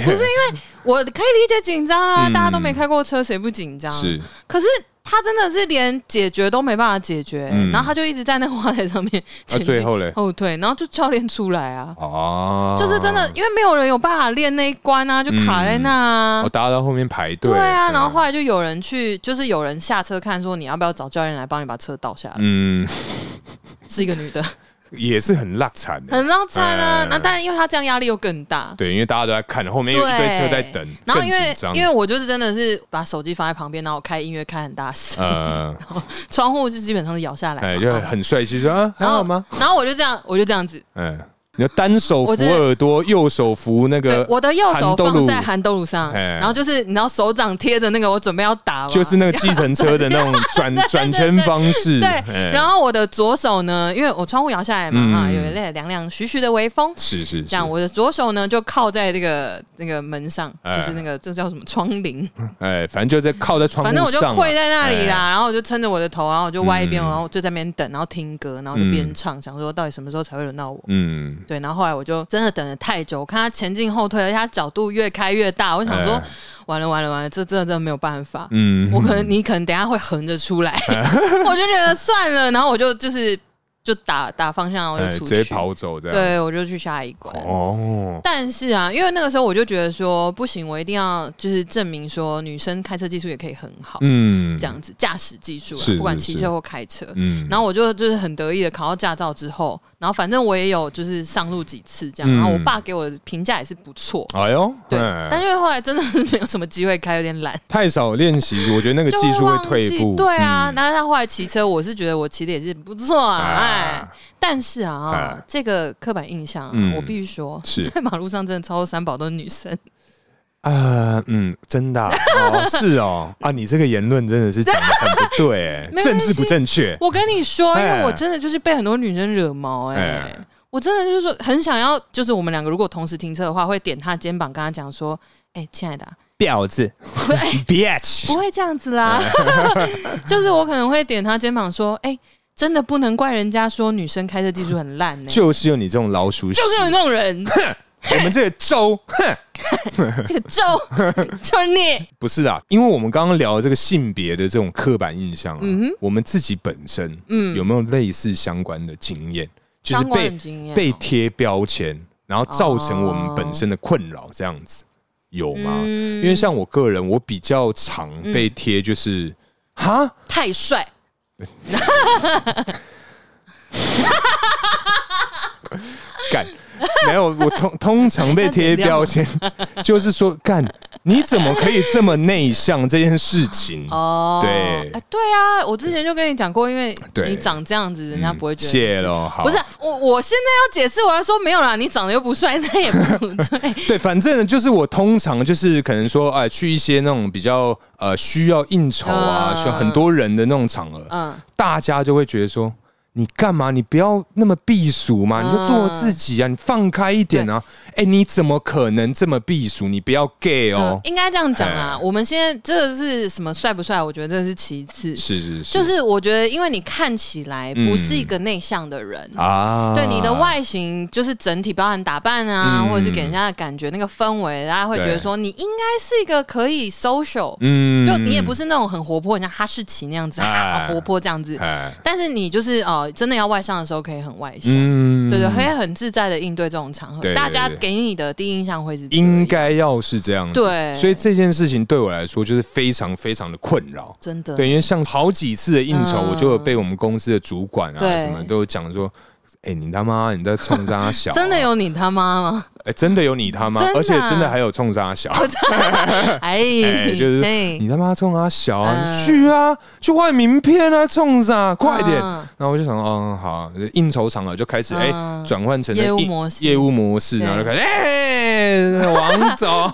不是
我可以理解紧张啊，
嗯
大家都没开过车，谁不紧张？，
是啊
可是。他真的是连解决都没办法解决，
嗯啊
然后他就一直在那个花台上面前进
最后嘞
后退，然后就教练出来啊，
哦，
就是真的，因为没有人有办法练那一关啊，就卡在那啊。
哦，大家到后面排队，
对啊，然后后来就有人去，就是有人下车看说你要不要找教练来帮你把车倒下来，
嗯，
是一个女的，
也是很落惨的，
很浪惨啊
哎。
那当然，因为她这样压力又更大。
对，因为大家都在看，后面有一堆车在等，
然后因
更
为
紧张
因为我就是真的是把手机放在旁边，然后我开音乐开很大声，
呃，
窗户就基本上是摇下来嘛，
哎，就很帅气说啊，还
然后
好吗？？
然后我就这样，我就这样子，
嗯，你要单手扶
我真的
耳朵，右手扶那
对
个，，
我的右手
韩兜
放
路
在韩兜鲁上，
哎
然后就是你知道手掌贴着那个我准备要打嘛，
就是那个计程车的那种 转转圈方式，
对，然
后
后我的左手呢，因为我窗户摇下来嘛，哈，
哎嗯
有一类凉凉徐徐的微风，
是是
这
是，
样我的左手呢就靠在这个那个门上，
哎
就是那个这叫什么窗棂，
哎，反正就在靠在窗户
反
上
正
啊，
我就跪在那里
哎，
啦，然后我就撑着我的头，然后我就歪一边，
嗯
然后就在那边等，然后听歌，然后就边唱，想说到底什么时候才会轮到我。
嗯，
对，然后后来我就真的等了太久，我看他前进后退，而且他角度越开越大，我想说
哎，
完了完了完了，这真的真的没有办法。
嗯，哎
我可能你可能等一下会横着出来， 我就觉得算了，然后我就就是就打打方向，我就
哎
出
直
去，
接跑走这样，，
对我就去下一关。
哦，
但是啊，因为那个时候我就觉得说不行，我一定要就是证明说女生开车技术也可以很好，
嗯
这样子驾驶技术啊
是，
不管
是
骑
是
车或开车。
嗯
然后我就就是很得意的考到驾照之后，然后反正我也有就是上路几次这
嗯
样，然后我爸给我的评价也是不错，
哎呦，
对。
哎
但因为后来真的是没有什么机会开，有点 懒。
太少练习，我觉得那个
就
技术
忘
会退
记
步。
对啊，
嗯
那、他后来骑车，我是觉得我骑的也是不错啊，哎，但是啊，
啊
这个刻板印象啊、
嗯
我必须说，
是
在马路上真的超过三宝都是女生，
啊，嗯，真的啊、 哦，是哦，啊，你这个言论真的是讲的很不对、哎
没关系
政治不正确，
我跟你说，因
哎
为我真的就是被很多女生惹毛、哎、
哎
我真的就是说很想要，就是我们两个如果同时停车的话，会点她肩膀跟她讲说，哎、亲爱的啊、
婊子 ，bitch，
不会这样子啦，
哎
就是我可能会点她肩膀说，哎、真的不能怪人家说女生开车技术很烂呢、
就是有你这种老鼠屎，
就是有那种 人，
我们这个州，哼，
这个咒 就是你，
不是啊，因为我们刚刚聊这个性别的这种刻板印象、啊，
嗯
我们自己本身，嗯，有没有类似相关的经验，就是
相关
被
的经验哦
被贴标签，然后造成我们本身的困扰，这样
哦
子有吗？
嗯
因为像我个人，我比较常被贴就是哈。
太帅。
干，没有，我通通常被贴标签，就是说干你怎么可以这么内向这件事情？
哦，
对
哎，对啊，我之前就跟你讲过，因为
对
你长这样子，人家不会觉得你
嗯谢喽，好，
不是我，我现在要解释，我要说没有啦，你长得又不帅， 那也不对。
对，反正呢，就是我通常就是可能说，哎、去一些那种比较呃需要应酬啊，
嗯
需要很多人的那种场合，
嗯，
大家就会觉得说，你干嘛？你不要那么避暑嘛，
嗯
你就做自己啊，你放开一点啊。哎、你怎么可能这么避暑？你不要 gay 哦哎
嗯。应该这样讲啦。我们现在这个是什么帅不帅？我觉得这是其次，
是是是，
就是我觉得，因为你看起来
嗯
不是一个内向的人。
啊，
对你的外形，就是整体包含打扮啊，
嗯
或者是给人家的感觉那个氛围，大家会觉得说你应该是一个可以 social，、
嗯
就你也不
是
是那种很活泼，像哈士奇那样子，
哎
啊、活泼这样子。
哎，
但是你就是呃，真的要外向的时候可以很外向，
嗯
对对，可以很自在的应对这种场合。
对对对
大家给你的第一印象会是这样
应该要是这样子。
对
所以这件事情对我来说就是非常非常的困扰。
真的
对，因为像好几次的应酬，
嗯
我就有被我们公司的主管啊
对
什么都有讲说。哎、你他妈，你在冲啥小、 啊
真的？有你他妈吗？
哎、真的有你他妈、
真的啊
而且真的还有冲啥 小？啊
哎，
哎、就是
哎
你他妈冲啥小啊？
嗯
你去啊，去换名片啊，冲啥？快点！
嗯
然后我就想，嗯，好啊，应酬场合就开始，哎、
嗯
转换成了
业务
一
模式
业务模式，然后就开始，哎、王 总，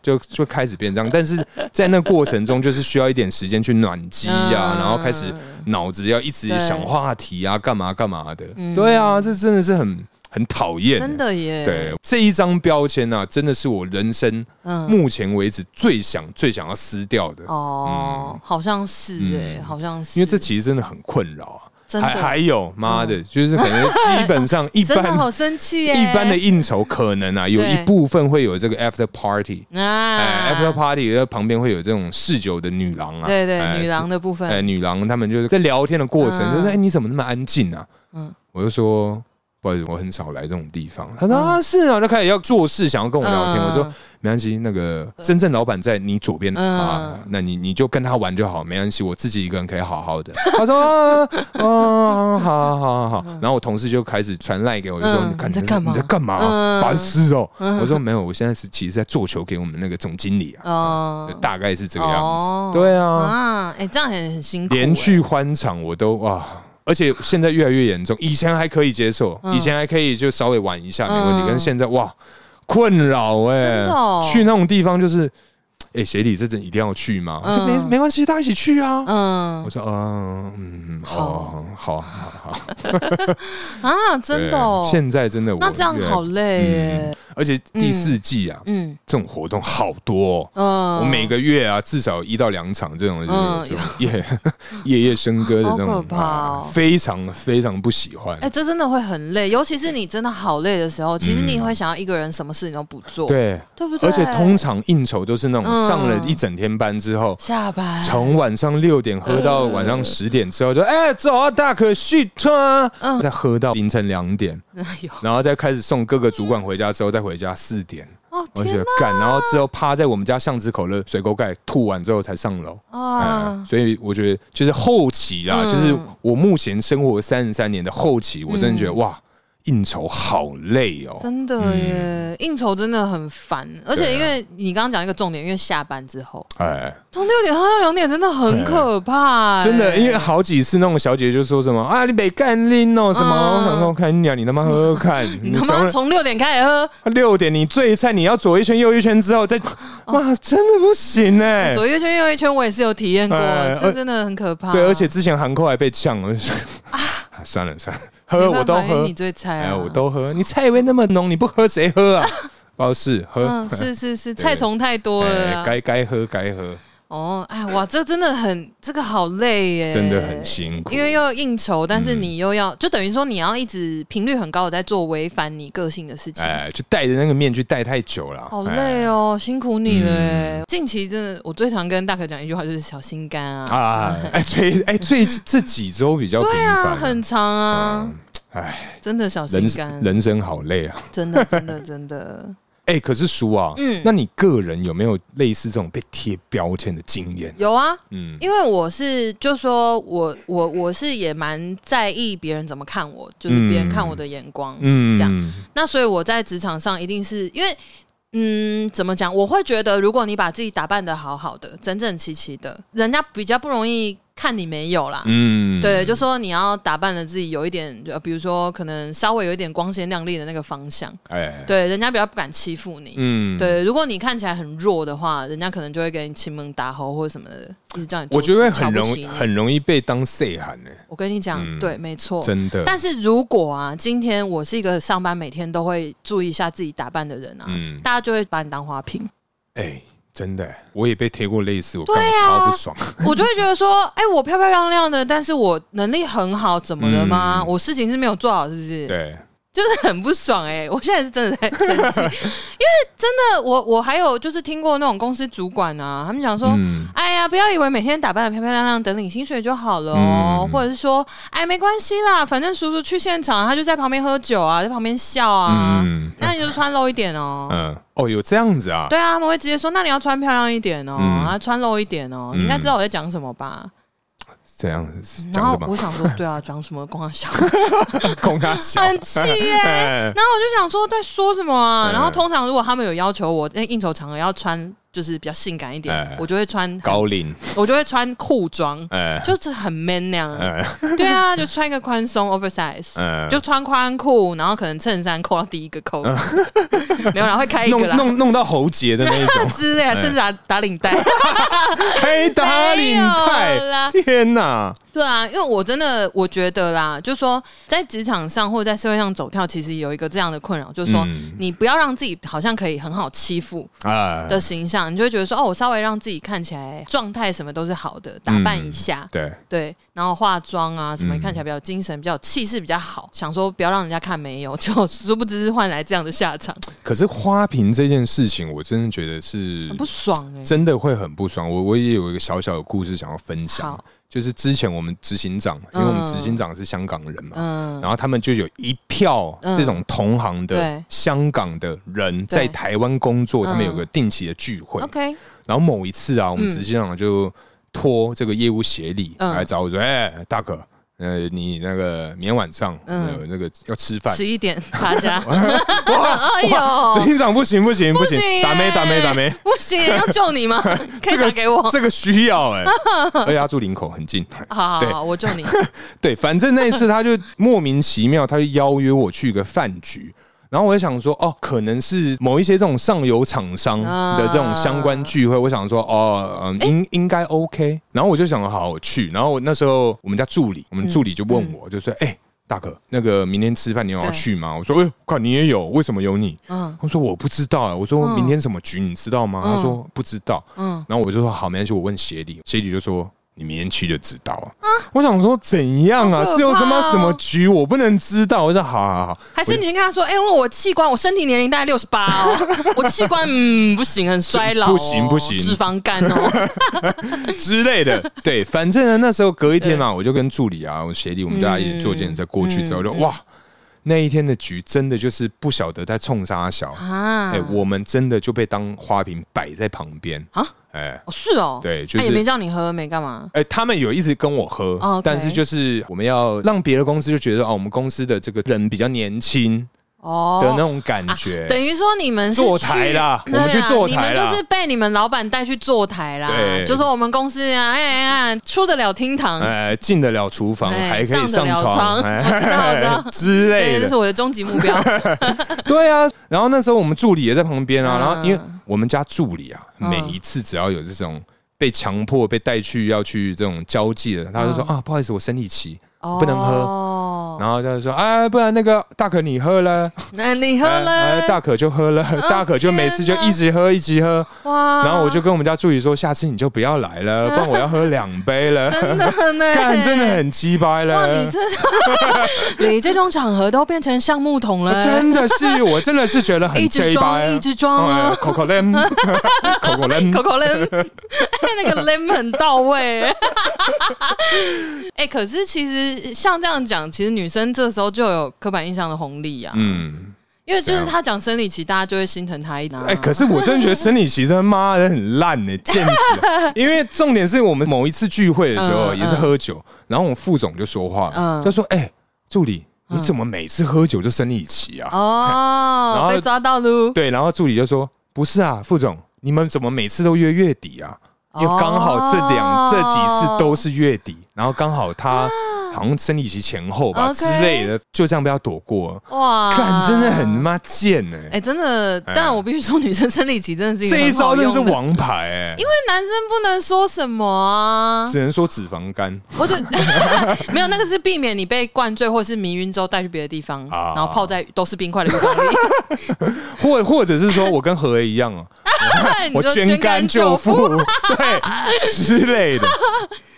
就就开始变这样。但是在那过程中，就是需要一点时间去暖机啊，
嗯
然后开始脑子要一直
对
想话题啊，干嘛干嘛的。对啊，这真的是很很讨厌，
嗯真。的耶，
对，这一张标签啊，真的是我人生
嗯，
目前为止最想、最想要撕掉的，
哦，好像是哎，
嗯
好像是，
因为这其实真的很困扰啊。
真
还还
的嗯
有，妈的，就是可能基本 上一
真的好
般
生气耶，
一般的应酬，可能啊有
对
一部分会有这个 after party，哎
啊
，after party 的旁边会有这种嗜酒的女郎啊，
对对
哎
女郎的部分
哎，女郎她们就是在聊天的过程，
嗯
就是哎你怎么那么安静啊？嗯
嗯，
我就说。不好意思，我很少来这种地方。她说啊，是啊，就开始要做事，想要跟我聊天。
嗯
我说没关系，那个真正老板在你左边
嗯
啊，那你你就跟他玩就好，没关系，我自己一个人可以好好的。他说，哦，好好好好。然后我同事就开始传赖给我，就说
嗯
你看
你在干嘛
你在干嘛？
嗯
白痴哦！我说没有，我现在是其实在做球给我们那个总经理啊，
哦
就大概是这个样
哦
子。对啊，
啊，哎，这样很很辛苦，欸
连续欢场我都哇。而且现在越来越严重，以前还可以接受，以前还可以就稍微玩一下没问题，
嗯
但是现在哇，困扰哎、
真的哦
去那种地方就是，哎、协理这阵一定要去吗？我说没
嗯
没关系，大家一起去啊。
哎，嗯
我说嗯嗯，哦，好好好好，
啊，真的哦
对，现在真的我
那这样
越来
好
嗯
累耶，
而且第四季啊，
嗯
这种活动好多、哦。
嗯，
我每个月啊，至少一到两场这种
嗯
这种夜夜夜笙歌的那
好
种
可，怕哦
啊非常非常不喜欢
哎、。这真的会很累，尤其是你真的好累的时候，其实你会想要一个人什么事情都不做，
嗯对，
对不对？
而且通常应酬都是那种
嗯哎
上了一整天班之后，
下班
从晚上六点喝到
嗯
晚上十点之后，就哎走啊，大可续啊，
嗯
再喝到凌晨两点，
哎呦
然后再开始送各个主管回家之后，再回家四点。
哦
我就
天
觉得干，然后之后趴在我们家巷子口的水沟盖吐完之后才上楼。嗯
啊，
所以我觉得就是后期啊，
嗯
就是我目前生活三十三年的后期，我真的觉得哇，应酬好累哦。
嗯真的
嗯
耶，应酬真的很烦，
啊
而且因为你刚刚讲一个重点，因为下班之后
哎，
从六点喝到两点，真的很可怕、哎
真的，因为好几次那种小姐就说什么啊，你别干拎哦什么，
嗯
我想说看你啊，你他妈喝喝看，
你他
从
妈从六点开始喝，
六点你醉菜，你要左一圈右一圈之后再，
哦
哇，真的不行哎。
左一圈右一圈，我也是有体验过，
哎
这
而
真的很可怕。
对，而且之前韩扣还被呛了，我就说 啊，算了算了，喝
没
我
办
都
法因为
喝
你，最菜、啊，
哎，我都喝，你菜味那么浓，你不喝谁喝 啊？不是喝
嗯，，是是是，
对
菜虫太多了
哎
啊。
该该喝该喝，
哦，哎哇，这真的很，这个好累耶，
真的很辛苦。
因为又应酬，但是
嗯
你又要，就等于说你要一直频率很高的在做违反你个性的事情，
哎，就戴着那个面具戴太久了，
好
哎嗯
累哦，辛苦你了耶。近期真的，我最常跟大可讲一句话就是小心肝啊，
啊！哎，最哎最这几周比较频
对啊，
繁，
很长啊，
哎，
真的小心
人
肝，
人生好累啊。
真的 真的真的
哎，可是叔啊，
嗯
那你个人有没有类似这种被贴标签的经验？
有啊。
嗯，
因为我是，就说我我我是也蛮在意别人怎么看我，就是别人看我的眼光，
嗯
这样那所以我在职场上一定是因为嗯，怎么讲？我会觉得，如果你把自己打扮的好好的、整整齐齐的，人家比较不容易看你没有啦。
嗯，
对，就说你要打扮的自己有一点，呃，比如说可能稍微有一点光鲜亮丽的那个方向，
哎，
对，人家比较不敢欺负你。
嗯，。
对，如果你看起来很弱的话，人家可能就会给你亲门打吼或者什么的，一直叫你做
我
事。
觉得很
瞧
容
不起你
很容易被当 say 喊呢、
我跟你讲，
嗯
对，没错，
真的。
哦但是如果啊，今天我是一个上班每天都会注意一下自己打扮的人啊，
嗯
大家就会把你当花瓶，
哎、真的、我也被贴过类似，我
对
看
啊
我超不爽。
我就会觉得说，哎、我漂漂亮亮的，但是我能力很好，怎么了吗？
嗯
我事情是没有做好，是不是？
对，
就是很不爽哎、 我现在是真的在生 气，因为真的，我我还有就是听过那种公司主管啊，他们讲说。
嗯，
哎呀，不要以为每天打扮的漂漂亮亮，等领薪水就好了哦。
嗯
或者是说，哎，没关系啦，反正叔叔去现场，他就在旁边喝酒啊，在旁边笑啊，
嗯
那你就穿露一点哦。
嗯，哦，有这样子啊？
对啊，他们会直接说，那你要穿漂亮一点哦，
嗯
啊，穿露一点哦。你应该知道我在讲什么吧？
这样子嗯
然
讲
后
什么
我？想说，对啊，讲什么光小，
供他 小，
很气耶、
哎
然后我就想说，在说什么啊？
嗯
然后通常如果他们有要求我，那应酬场合要穿就是比较性感一点，
哎
我就会穿
高领，
我就会穿裤装，
哎、
就是很 man 那样。
哎、
对啊，就穿一个宽松 oversize，、
嗯
就穿宽裤，然后可能衬衫扣到第一个扣， 没有啦，会开一
弄
个啦
弄嗯弄到喉结的那 一种，哎
之类的，啊甚至打打领带。
黑打领
没有啦
带，天哪！
对啊，因为我真的我觉得啦，就说在职场上或者在社会上走跳，其实有一个这样的困扰，就是说、
嗯
你不要让自己好像可以很好欺负
啊，
的形象，你就会觉得说哦，我稍微让自己看起来状态什么都是好的，打扮一下。
对，
对，然后化妆啊什么，
嗯
看起来比较精神、比较有气势比较好，想说不要让人家看没有， 就殊不知是换来这样的下场，
可是花瓶这件事情，我真的觉得是
很不爽哎、
真的会很不爽。我我也有一个小小的故事想要分享
好，
就是之前我们执行长，因为我们
嗯
执行长是香港人嘛，
嗯
然后他们就有一票
嗯
这种同行的
对
香港的人在台湾工作，
嗯哦
他们有个定期的聚会。
，OK，
然后某一次啊，我们
嗯
执行长就托这个业务协理
嗯
来找我说：“哎、大可，呃，你那个明天晚上
嗯
呃那个要吃饭。”
十一点大家，
哇！
哎呦
执行长不行不行不行
不行，
打没打没打没，
不行，要救 你吗？可以
这个
打给我。
这个需要哎，而且他住林口很近，
好好
对
好，我救你。
对，反正那一次他就莫名其妙，他就邀约我去一个饭局。 然后我就想说，哦，可能是某一些这种上游厂商
啊
的这种相关聚会，我想说，哦，嗯，应应该 OK。然后我就想，好，我去。然后我那时候我们家助
嗯
理，我们助理就问我，就说，哎、大可，那个明天吃饭你有要
对
去吗？我说，哎呦，看你也有，为什么有你？
嗯
他说我不知道、啊。我说
嗯
明天什么局你知道吗？
嗯
他说不知道。
嗯，
然后我就说好，没关系，我问协理，协理就说你明天去就知道啊。我想说怎样啊？
好可怕哦
是有什么什么局我不能知道？我说好好好，
还是你先跟他说，哎，因为我器官，我身体年龄大概六十八 哦，我器官嗯不行，很衰老哦，
不行不行
脂肪 肝哦，
之类 的。对，反正呢，那时候隔一天嘛，我就跟助理啊、我协理，我们大家一起坐电车过去之后，
嗯
就
嗯
哇，那一天的局真的就是不晓得在冲啥小。
啊
哎，我们真的就被当花瓶摆在旁边
啊！
哎，
哦是哦，
对就是
他也没叫你喝，没干嘛，
哎、他们有一直跟我喝
哦，OK
但是就是我们要让别的公司就觉得哦，我们公司的这个人比较年轻
哦啊
的那种感觉。
等于说你们是
坐台啦
去
我们去
对啊
坐台啦
你们就是被你们老板带去坐台啦
对，
就说我们公司啊，哎哎哎，出得了厅堂，
哎，进得了厨房，
哎
还可以
上得了
床，哎
床我知道我知道
之类
对，这是
的，
我的终极目标。
对啊。然后那时候我们助理也在旁边啊，
嗯
然后因为我们家助理啊，
嗯
每一次只要有这种被强迫被带去要去这种交际的，他就
嗯
说、啊，不好意思，我生理期，
哦
不能喝。
喝，
然后他就说，哎，不然那个大可你喝了，
哦那你喝
哎哎
了哦
大可就喝了，大可就每次就
天哪啊
一直喝一直喝，
哇
然后我就跟我们家助理说，下次你就不要来 了，不然我要喝两杯了。
真的呢，
干，真的很鸡掰
哇，
了
你。这 你这种场合都变成橡木桶了，
真的是，我真的是觉得很
一直
鸡
装
掰。
一直装啊。
哎口口 lem，口口 lem，
Coco Lemon，那 个 Lemon 很到 位。哎、可是其实像这样讲，其实女生这时候就有刻板印象的红利啊，
嗯，
因为就
怎
是
样
她讲生理期，大家就会心疼她一点、啊。
哎，可是我真的觉得生理期真的妈的很烂 呢，贱死了。因为重点是我们某一次聚会的时候
嗯
也是喝酒，然后我们副总就说话了，
嗯
他说：“哎，助理，你
嗯
怎么每次喝酒就生理期啊？”
哦，
然后
被抓到喽。
对，然后助理就说：“不是啊，副总，你们怎么每次都约月底啊？因为刚好这两、
哦
这几次都是月底，然后刚好他好像生理期前后吧
OK
之类的，就这样被他躲过了。
哇
看，真的很他妈贱呢！
哎、真的，
哎
但我必须说，女生生理期真的是一个
这一
很
招
好
真的是
用的
王牌哎、
因为男生不能说什么啊，
只能说脂肪肝。
我只 没有那个是避免你被灌醉或是迷晕之后带去别的地方，
啊
然后泡在都是冰块的浴缸里，
或或者是说我跟何爷一样啊，
你
我
就
捐肝救
父。
父， 对之类 的。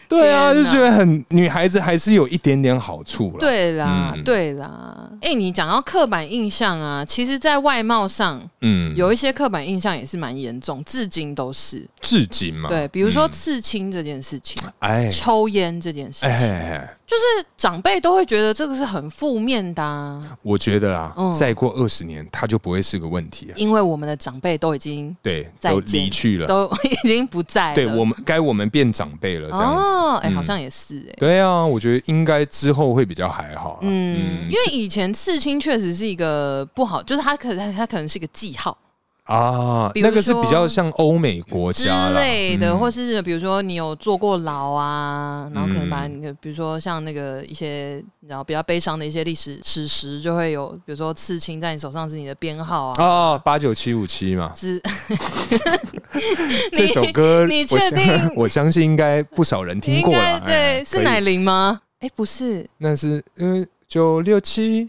对啊，
天
就
哪
觉得很女孩子还是有一点点好处了。，
对啦，
嗯
对啦。哎、你讲到刻板印象啊，其实，在外貌上
嗯，
有一些刻板印象也是蛮严重，至今都是。
至今嘛，
对，比如说
嗯，
刺青这件事情，
哎
抽烟这件事
哎
情，
哎，哎
就是长辈都会觉得这个是很负面的、啊，
我觉得啦
嗯，
再过二十年，它就不会是个问题了。
因为我们的长辈都已经
对，
再
都
见
离去了，
都 已经不在了。
对我们该我们变长辈了，这样子。
哦，哎、
嗯
好像也是哎、
对啊，我觉得应该之后会比较还好啦。啊
嗯，因为以前刺青确实是一个不好，就是它可能它可能是一个记号
啊，
比如
那个是比较
说
像欧美国
之
家啦
类的，
嗯
或是比如说你有坐过牢啊，然后可能把
嗯
你的，比如说像那个一些然后比较悲伤的一些历史史实，就会有比如说刺青在你手上是你的编号啊。
哦，八九七五七 嘛，
之
这首歌
你
我
确
相
定
我相信应该不少人听
应
过
该
了。
对，
哎
是
可
奶？
以
铃吗？哎，不是，
那是嗯九六七。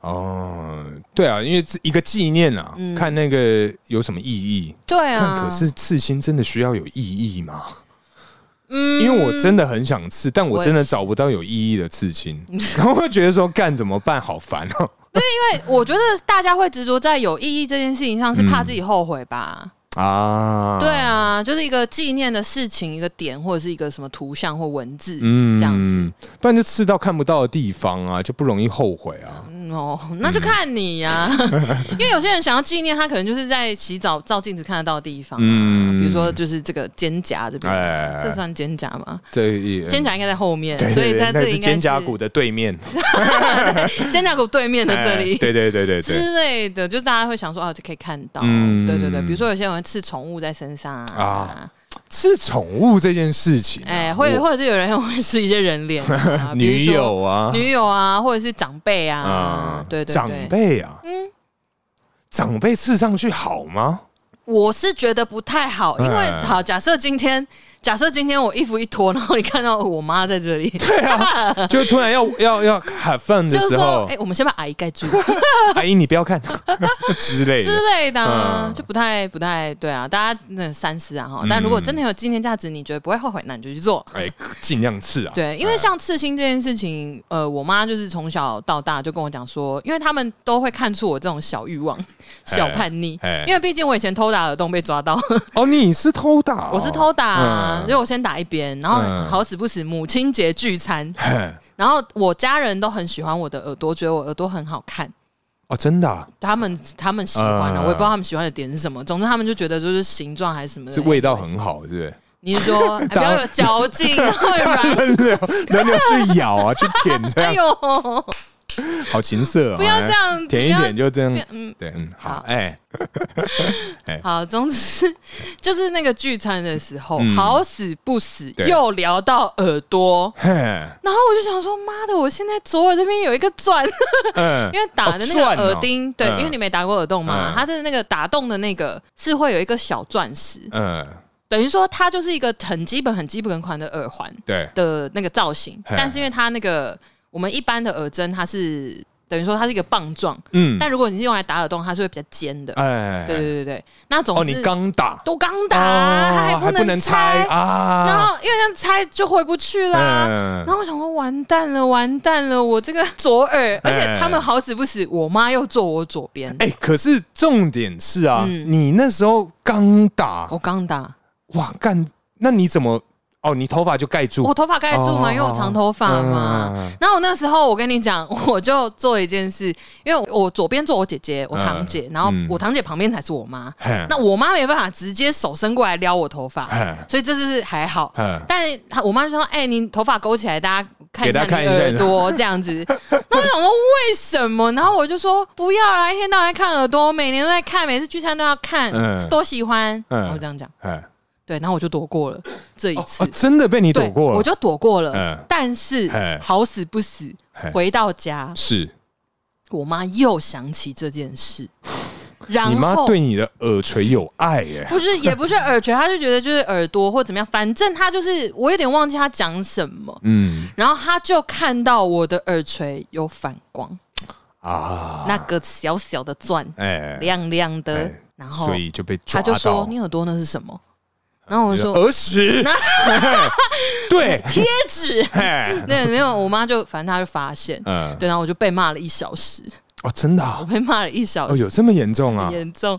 哦，对啊，因为这一个纪念啊，
嗯
看那个有什么意义。
对
看，
啊，
可是刺青真的需要有意义吗？
嗯
因为我真的很想刺，但我真
我
的
也是
找不到有意义的刺 青，然后会觉得说干怎么办？好烦哦！
对我觉得大家会执着在有意义这件事情上，是怕自己后悔吧？
嗯啊，
对，啊，就是一个纪念的事情，一个点或者是一个什么图像或文字，
嗯
这样子。，
不然就刺到看不到的地方啊，就不容易后悔啊。
嗯哦，那就看你呀、 因为有些人想要纪念，他可能就是在洗澡照镜子看得到的地方、啊，
嗯
比如说就是这个肩胛这边，
哎
这算肩胛吗？
这一
肩胛应该在后面，
对对
所以
对
在
那
这
是
里应该
肩
是
胛骨的对 面，
肩胛骨对面的这里。
哎对对对对对
之类的，就大家会想说啊，就可以看到，
嗯
对对对，比如说有些人会刺宠物在身上啊
啊，刺宠物这件事情啊，
哎、或者
我
或者是有人会刺一些人 脸、啊，比如
女
说、
友啊，
女友啊，或者是长辈啊，
啊，
对对对，
长辈啊，
嗯
长辈刺上去好吗？
我是觉得不太好，因为
哎
好，假设今天，假设今天我衣服一脱，然后你看到我妈在这里，
对啊，就突然要要要 have fun 的
就是
时
说，哎
候
哎、，我们先把阿姨盖住
阿姨你不要 看 之类
之
的，
类的啊、
嗯
就不太不太对啊，大家那三思啊哈。
嗯
但如果真的有纪念价值，你觉得不会后悔，那你就去做。
哎，尽量刺啊。
对，因为像刺青这件事情，呃，我妈就是从小到大就跟我讲说，因为他们都会看出我这种小欲望、小叛逆
哎，
因为毕竟我以前偷打耳洞被抓到，
哦，你是偷打哦，
我是偷打、啊，
嗯
所以我先打一边，然后
嗯
好死不死母亲节聚餐，
嘿
然后我家人都很喜欢我的耳朵，觉得我耳朵很好看。
哦，真的啊，
他们他们喜欢的、
嗯
我也不知道他们喜欢的点是什么。总之，他们就觉得就是形状还是什么的，
这味道
哎。
很好，是不是？
你是 说、哎、不
当
要有嚼劲，会 软？
人流人流去咬啊，去舔这
哎
样，
呦，
好情色哦。
不要
哎
这样子
舔一
不要
舔就这样，
嗯，
对，嗯，好
好，
哎，
好，总之就是那个聚餐的时候，
嗯
好死不死
对
又聊到耳 朵。
嘿，
然后我就想说，妈的！我现在左耳这边有一个钻，
嗯
因为打的那个
哦钻哦
耳钉，对，
嗯
因为你没打过耳洞嘛，
嗯
它的那个打洞的那个是会有一个小钻石，
嗯，
等于说它就是一个很基本、很基本款的耳环
对，
的那个造型，
嘿
但是因为它那个我们一般的耳针，它是等于说它是一个棒状，
嗯，
但如果你是用来打耳洞，它是会比较尖的。
哎，
对对对对，那总
哦，
之
你刚打，
都刚打，
哦
还不能
拆
拆，
啊，
然后因为这样拆就回不去啦。
嗯
然后我想说，完蛋了，完蛋了，我这个左耳，而且
哎
他们好死不死，我妈又坐我左边。
哎、可是重点是啊，
嗯哦
你那时候刚打
我刚打，
哇干，那你怎么哦？你头发就盖住
我头发盖住嘛，
哦
因为我长头发嘛。
嗯
然后我那时候，我跟你讲，我就做一件事，因为我左边坐我姐姐，我堂姐，然后
嗯
我堂姐旁边才是我妈。
嘿
那我妈没办法直接手伸过来撩我头发
嘿，
所以这就是还好。
嗯
但是她我妈就说：“哎、你头发勾起来，大家看
给
一
大
下
家看
你
一下
耳朵这 样子。”那我想说为什么？然后我就说不要啊，一天到晚在看耳朵，每年都在看，每次聚餐都要看，
嗯
多喜欢。
嗯
然后这样讲，
哎
对，然后我就躲过了这一
哦
次。
哦真的被你
对，
躲过了，
我就躲过了。
嗯
但是
嘿
好死不死
嘿，
回到家，
是
我妈又想起这件事，然
你妈
后
对你的耳垂有爱耶、
不是也不是耳垂，她就觉得就是耳朵或怎么样，反正她就是我有点忘记她讲什么，
嗯
然后她就看到我的耳垂有反光，
啊，
那个小小的钻，
哎、
亮亮的
哎，
然后
所以就被抓
她就
到，嗯
说你耳朵那是什么？然后我
你
说哦
的耳屎， 对，
贴纸，
嘿
对，没有，我妈就反正她就发现，
哦嗯，
对，然后我就被骂了一小时，
哦，真的、
我
啊，
被骂了一小
哦，
时，
有这么严重啊
很？严重。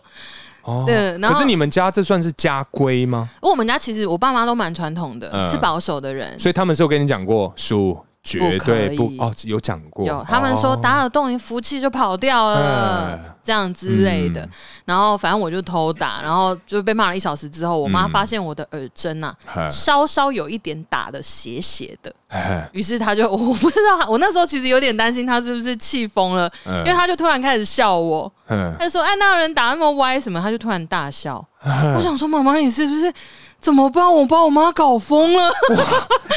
哦，
对然后
可是你们家这算是家规吗？
因为我们家其实我爸妈都蛮传统的，
嗯
是保守的人。
所以他们是有跟你讲过，叔绝对不
不可以
哦，有讲过，
有，他们说
哦
打耳洞，你福气就跑掉了，
嗯
这样之类的。
嗯
然后反正我就偷打，然后就被骂了一小时之后，我妈
嗯
发现我的耳针啊，
嘿
稍稍有一点打的斜斜的，
嘿
于是她就我不知道，我那时候其实有点担心她是不是气疯了，
嗯
因为她就突然开始笑我，
嗯
她就说：“哎，那有人打那么歪什么？”她就突然大笑。
嗯
我想说，妈妈，你是不是怎么办？我把我妈搞疯了。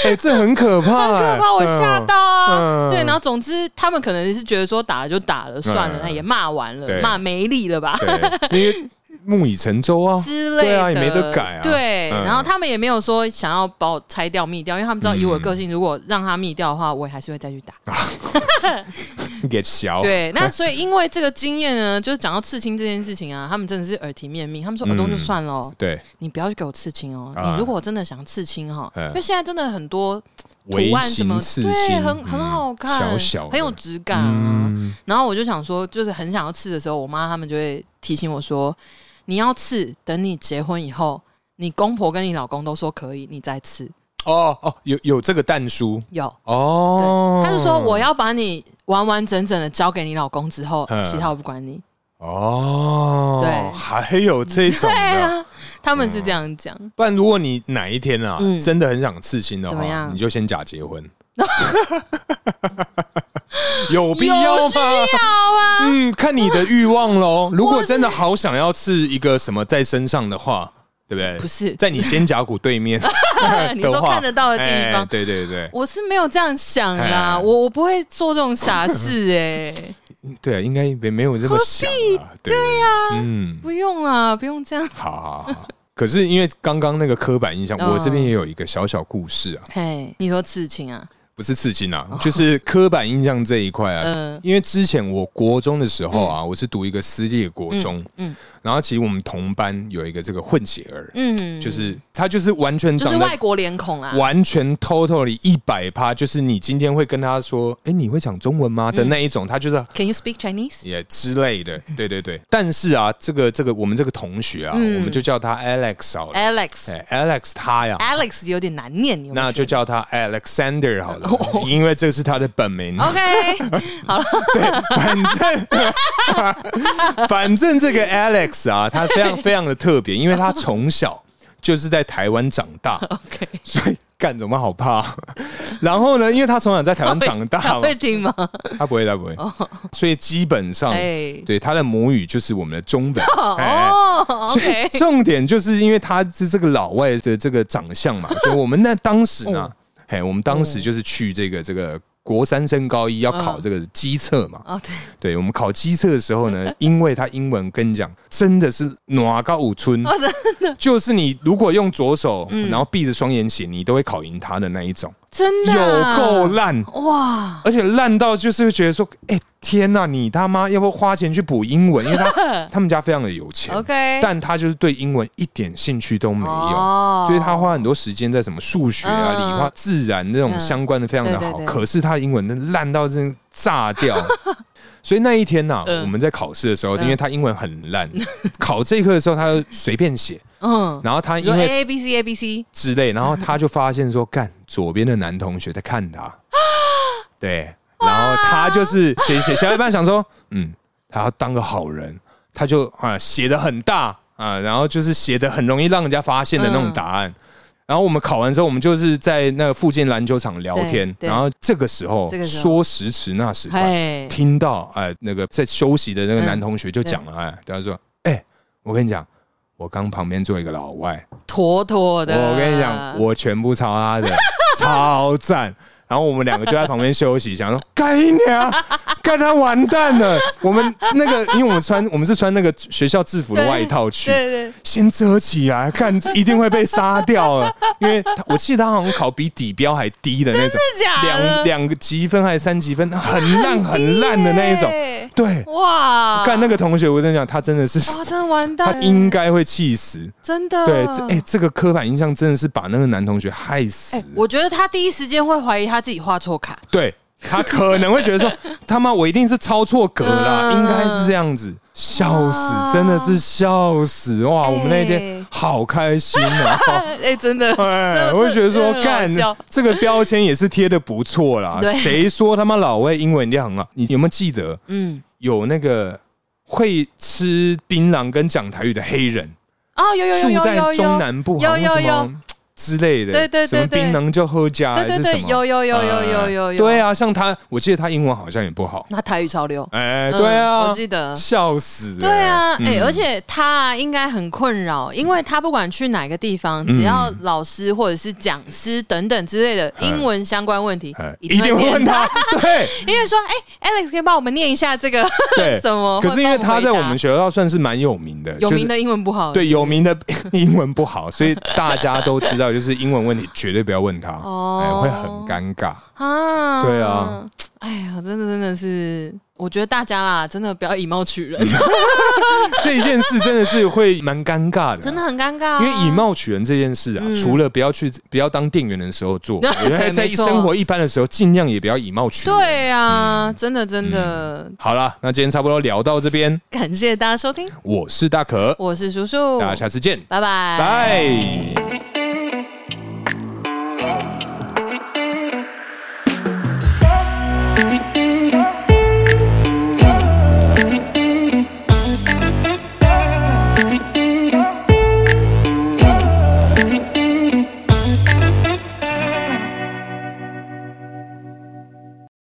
哎，这很可怕，
很可
哎
怕，我吓到啊！
嗯
对，然后总之他们可能是觉得说打了就打了，算了，
嗯
那也骂完了，
对
骂没力了吧。
嗯对，因为木已成舟啊，
之类
对啊
的，
也没得改啊
对，
嗯
然后他们也没有说想要把我拆掉、密掉，因为他们知道以我的个性，如果让他密掉的话，我也还是会再去打。
给小，
对， 那所以因为这个经验呢，就是讲到刺青这件事情啊，他们真的是耳提面命，他们说耳洞就算了哦，
对，
你不要去给我刺青哦。
嗯啊
你如果真的想刺青哈，
嗯
因为现在真的很多
微
图案什么
型，刺
对，
青，
很很
嗯
好看，
小小的嗯
很有质感啊。然后我就想说，就是很想要刺的时候，我妈他们就会提醒我说，你要刺，等你结婚以后，你公婆跟你老公都说可以，你再刺。
哦哦，有有这个蛋书
有，
哦，
他就说我要把你完完整整的交给你老公之后，
嗯
其他我不管你。
哦，
对
还有这种
对
的。
啊，他们是
嗯
这样讲，
不然，如果你哪一天啊，
嗯
真的很想刺青的
怎么
话，
样
你就先假结 婚，有必要
有
吗
需？要啊。
嗯，看你的欲望 喽。如果真的好想要刺一个什么在身上的话，对不对？
不是
在你肩胛骨对 面
你
的
说
话
看得到的地
哎
方
对对对
我是没有这样想啦，
哎
我我不会做这种傻 事哎、
对，应该没没有这么想啊。对呀，嗯，
不用啦，不用这样。
好好好。可是因为刚刚那个刻板印象，
嗯
我这边也有一个小小故事啊，
嘿，你说刺青啊？
不是刺青啊，就是刻板印象这一块啊。
哦嗯
因为之前我国中的时候啊，我是读一个私立的国中，
嗯
然后其实我们同班有一个这个混血儿，
嗯，
就是他就是完全
就
长
是
得
外国脸孔啊，
完全 totally 一百趴，就是你今天会跟他说，哎、你会讲中文
嗯
吗的那一种，他就是。
Can you speak Chinese？
也之类的，对对对，但是啊，这个这个我们这个同学啊，
嗯
我们就叫他 Alex 好了。
Alex，Alex
哎、a l e x 他呀，
有点难念，你有没有
那就叫他 Alexander 好了，
哦
因为这是他的本名。
觉得 OK
反正 反正这个 Alex 啊，他非常非常的特别，因为他从小就是在台湾长大，
OK，
所以干怎么好怕？ 然后呢，因为他从小在台湾 长大
他
嘛
会，听吗？
他不会，他不会，所以基本上
哎
对他的母语就是我们的中文。哎
哦
所以
，OK，
重点就是因为他是这个老外的这个长相 嘛，所以我们那当时呢，
哦
嘿，我们当时就是去这个这个国三升高一要考这个机测嘛，
哦对，
对我们考机测的时候 呢，因为他英文跟你讲真的是暖高五村，
哦真嗯
就是你如果用左手，然后闭着双眼写，你都会考赢他的那一种，
真的
有
啊
够烂，
哇！
而且烂到就是会觉得说，哎、天呐、你他妈要不要花钱去补英文？因为 他他们家非常的有钱
OK
但他就是对英文一点兴趣都没有。
哦
所以他花很多时间在什么数学啊、
嗯
理化、自然这种相关的非常的
对
好，
对对
可是他的英文真的烂到真的炸 掉。所以那一天呐、
嗯
我们在考试的时候，
嗯
因为他英文很烂，考这一科的时候他就随便写，
嗯，
然后他
你说
因
A
为
A B C A B C，
之类，然后他就发现说，干左边的男同学在看 他，对，然后他就是写写写到一半想说，嗯，他要当个好人，他就啊写的很大啊，然后就是写的很容易让人家发现的那种答案。
嗯
然后我们考完之后，我们就是在那个附近篮球场聊天。
对对
然后这个时候，
这个时候
说时迟那时快，
哎，
听到哎，那个在休息的那个
嗯
男同学就讲了，哎，他说：“哎，我跟你讲，我刚旁边坐一个老外，
妥妥的。
我跟你讲，我全部抄他的， 超赞。然后我们两个就在旁边休息，想说干你娘，干他完蛋了。我们那个，因为我们穿我们是穿那个学校制服的外套去，
对对，
先遮起来，看一定会被杀掉了。因为他我记得他好像考比底标还低的那种，
真的假的
两两个积分还是三积分，很烂很烂的那一种。
耶
对，
哇，
干那个同学，我真的讲，他真的是，
哇，真的完蛋
他
了，
应该会气死。
真的
对，这哎、这个刻板印象真的是把那个男同学害死。
哎我觉得他第一时间会怀疑他自己画错卡，
对他可能会觉得说，他妈我一定是抄错格啦，
嗯
应该是这样子。笑
哇
死，真的是笑死哇！我们那一天
哎
好开心啊！
哎，真的，
哎，
这
我就觉得
这
说
这，很好
干
笑
这个标签也是贴的不错啦。
对
谁说他妈老外英文一定很好？你有没有记得
嗯，
有那个会吃槟榔跟讲台语的黑人？
哦，有有有
住
有
在
有
中
有，
南部，
有
好像
有
什
有
么之类的，
对对对
什么
对
槟榔就喝家，
对对
还是
对，
什么
有有有有
呃
有有有，
对，啊，像他，我记得他英文好像也不好，
那台语潮流，
哎，
嗯
对啊嗯
我，记得，
笑死，
对啊，哎、而
且
且他啊应该很困扰，因为他不管去哪个地
嗯
方，只要老师或者是讲师等等之类的
嗯
英文相关问题，
哎
一
一
定
定
会
会问
问他。
他， 对
因为说，哎、a l e x 可以帮我们念一下这 个
对
什么？
可是因为他在
会
我
帮回答
们学校算是蛮有名的，
有
就
名
是
的英文不好，
对有名的 英文不好，所以大家都知道，就是英文问题绝对不要问他，
哦
哎，会很尴尬。
啊，
对啊，
哎呀，真的真的是，我觉得大家啦，真的不要以貌取人，
嗯这件事真的是会蛮尴尬的，
真的很尴尬、
因为以。貌取人这件事啊，
嗯
除了不要去不要当店员的时候 做，
对
我觉得在
没错
生活一般的时候，尽量也不要以貌取人。，嗯
对啊，真的真的，
好了，那今天差不多聊到这边，
感谢大家收听，
我是大可，
我是叔叔，
大家下次见，
哦拜拜，
拜。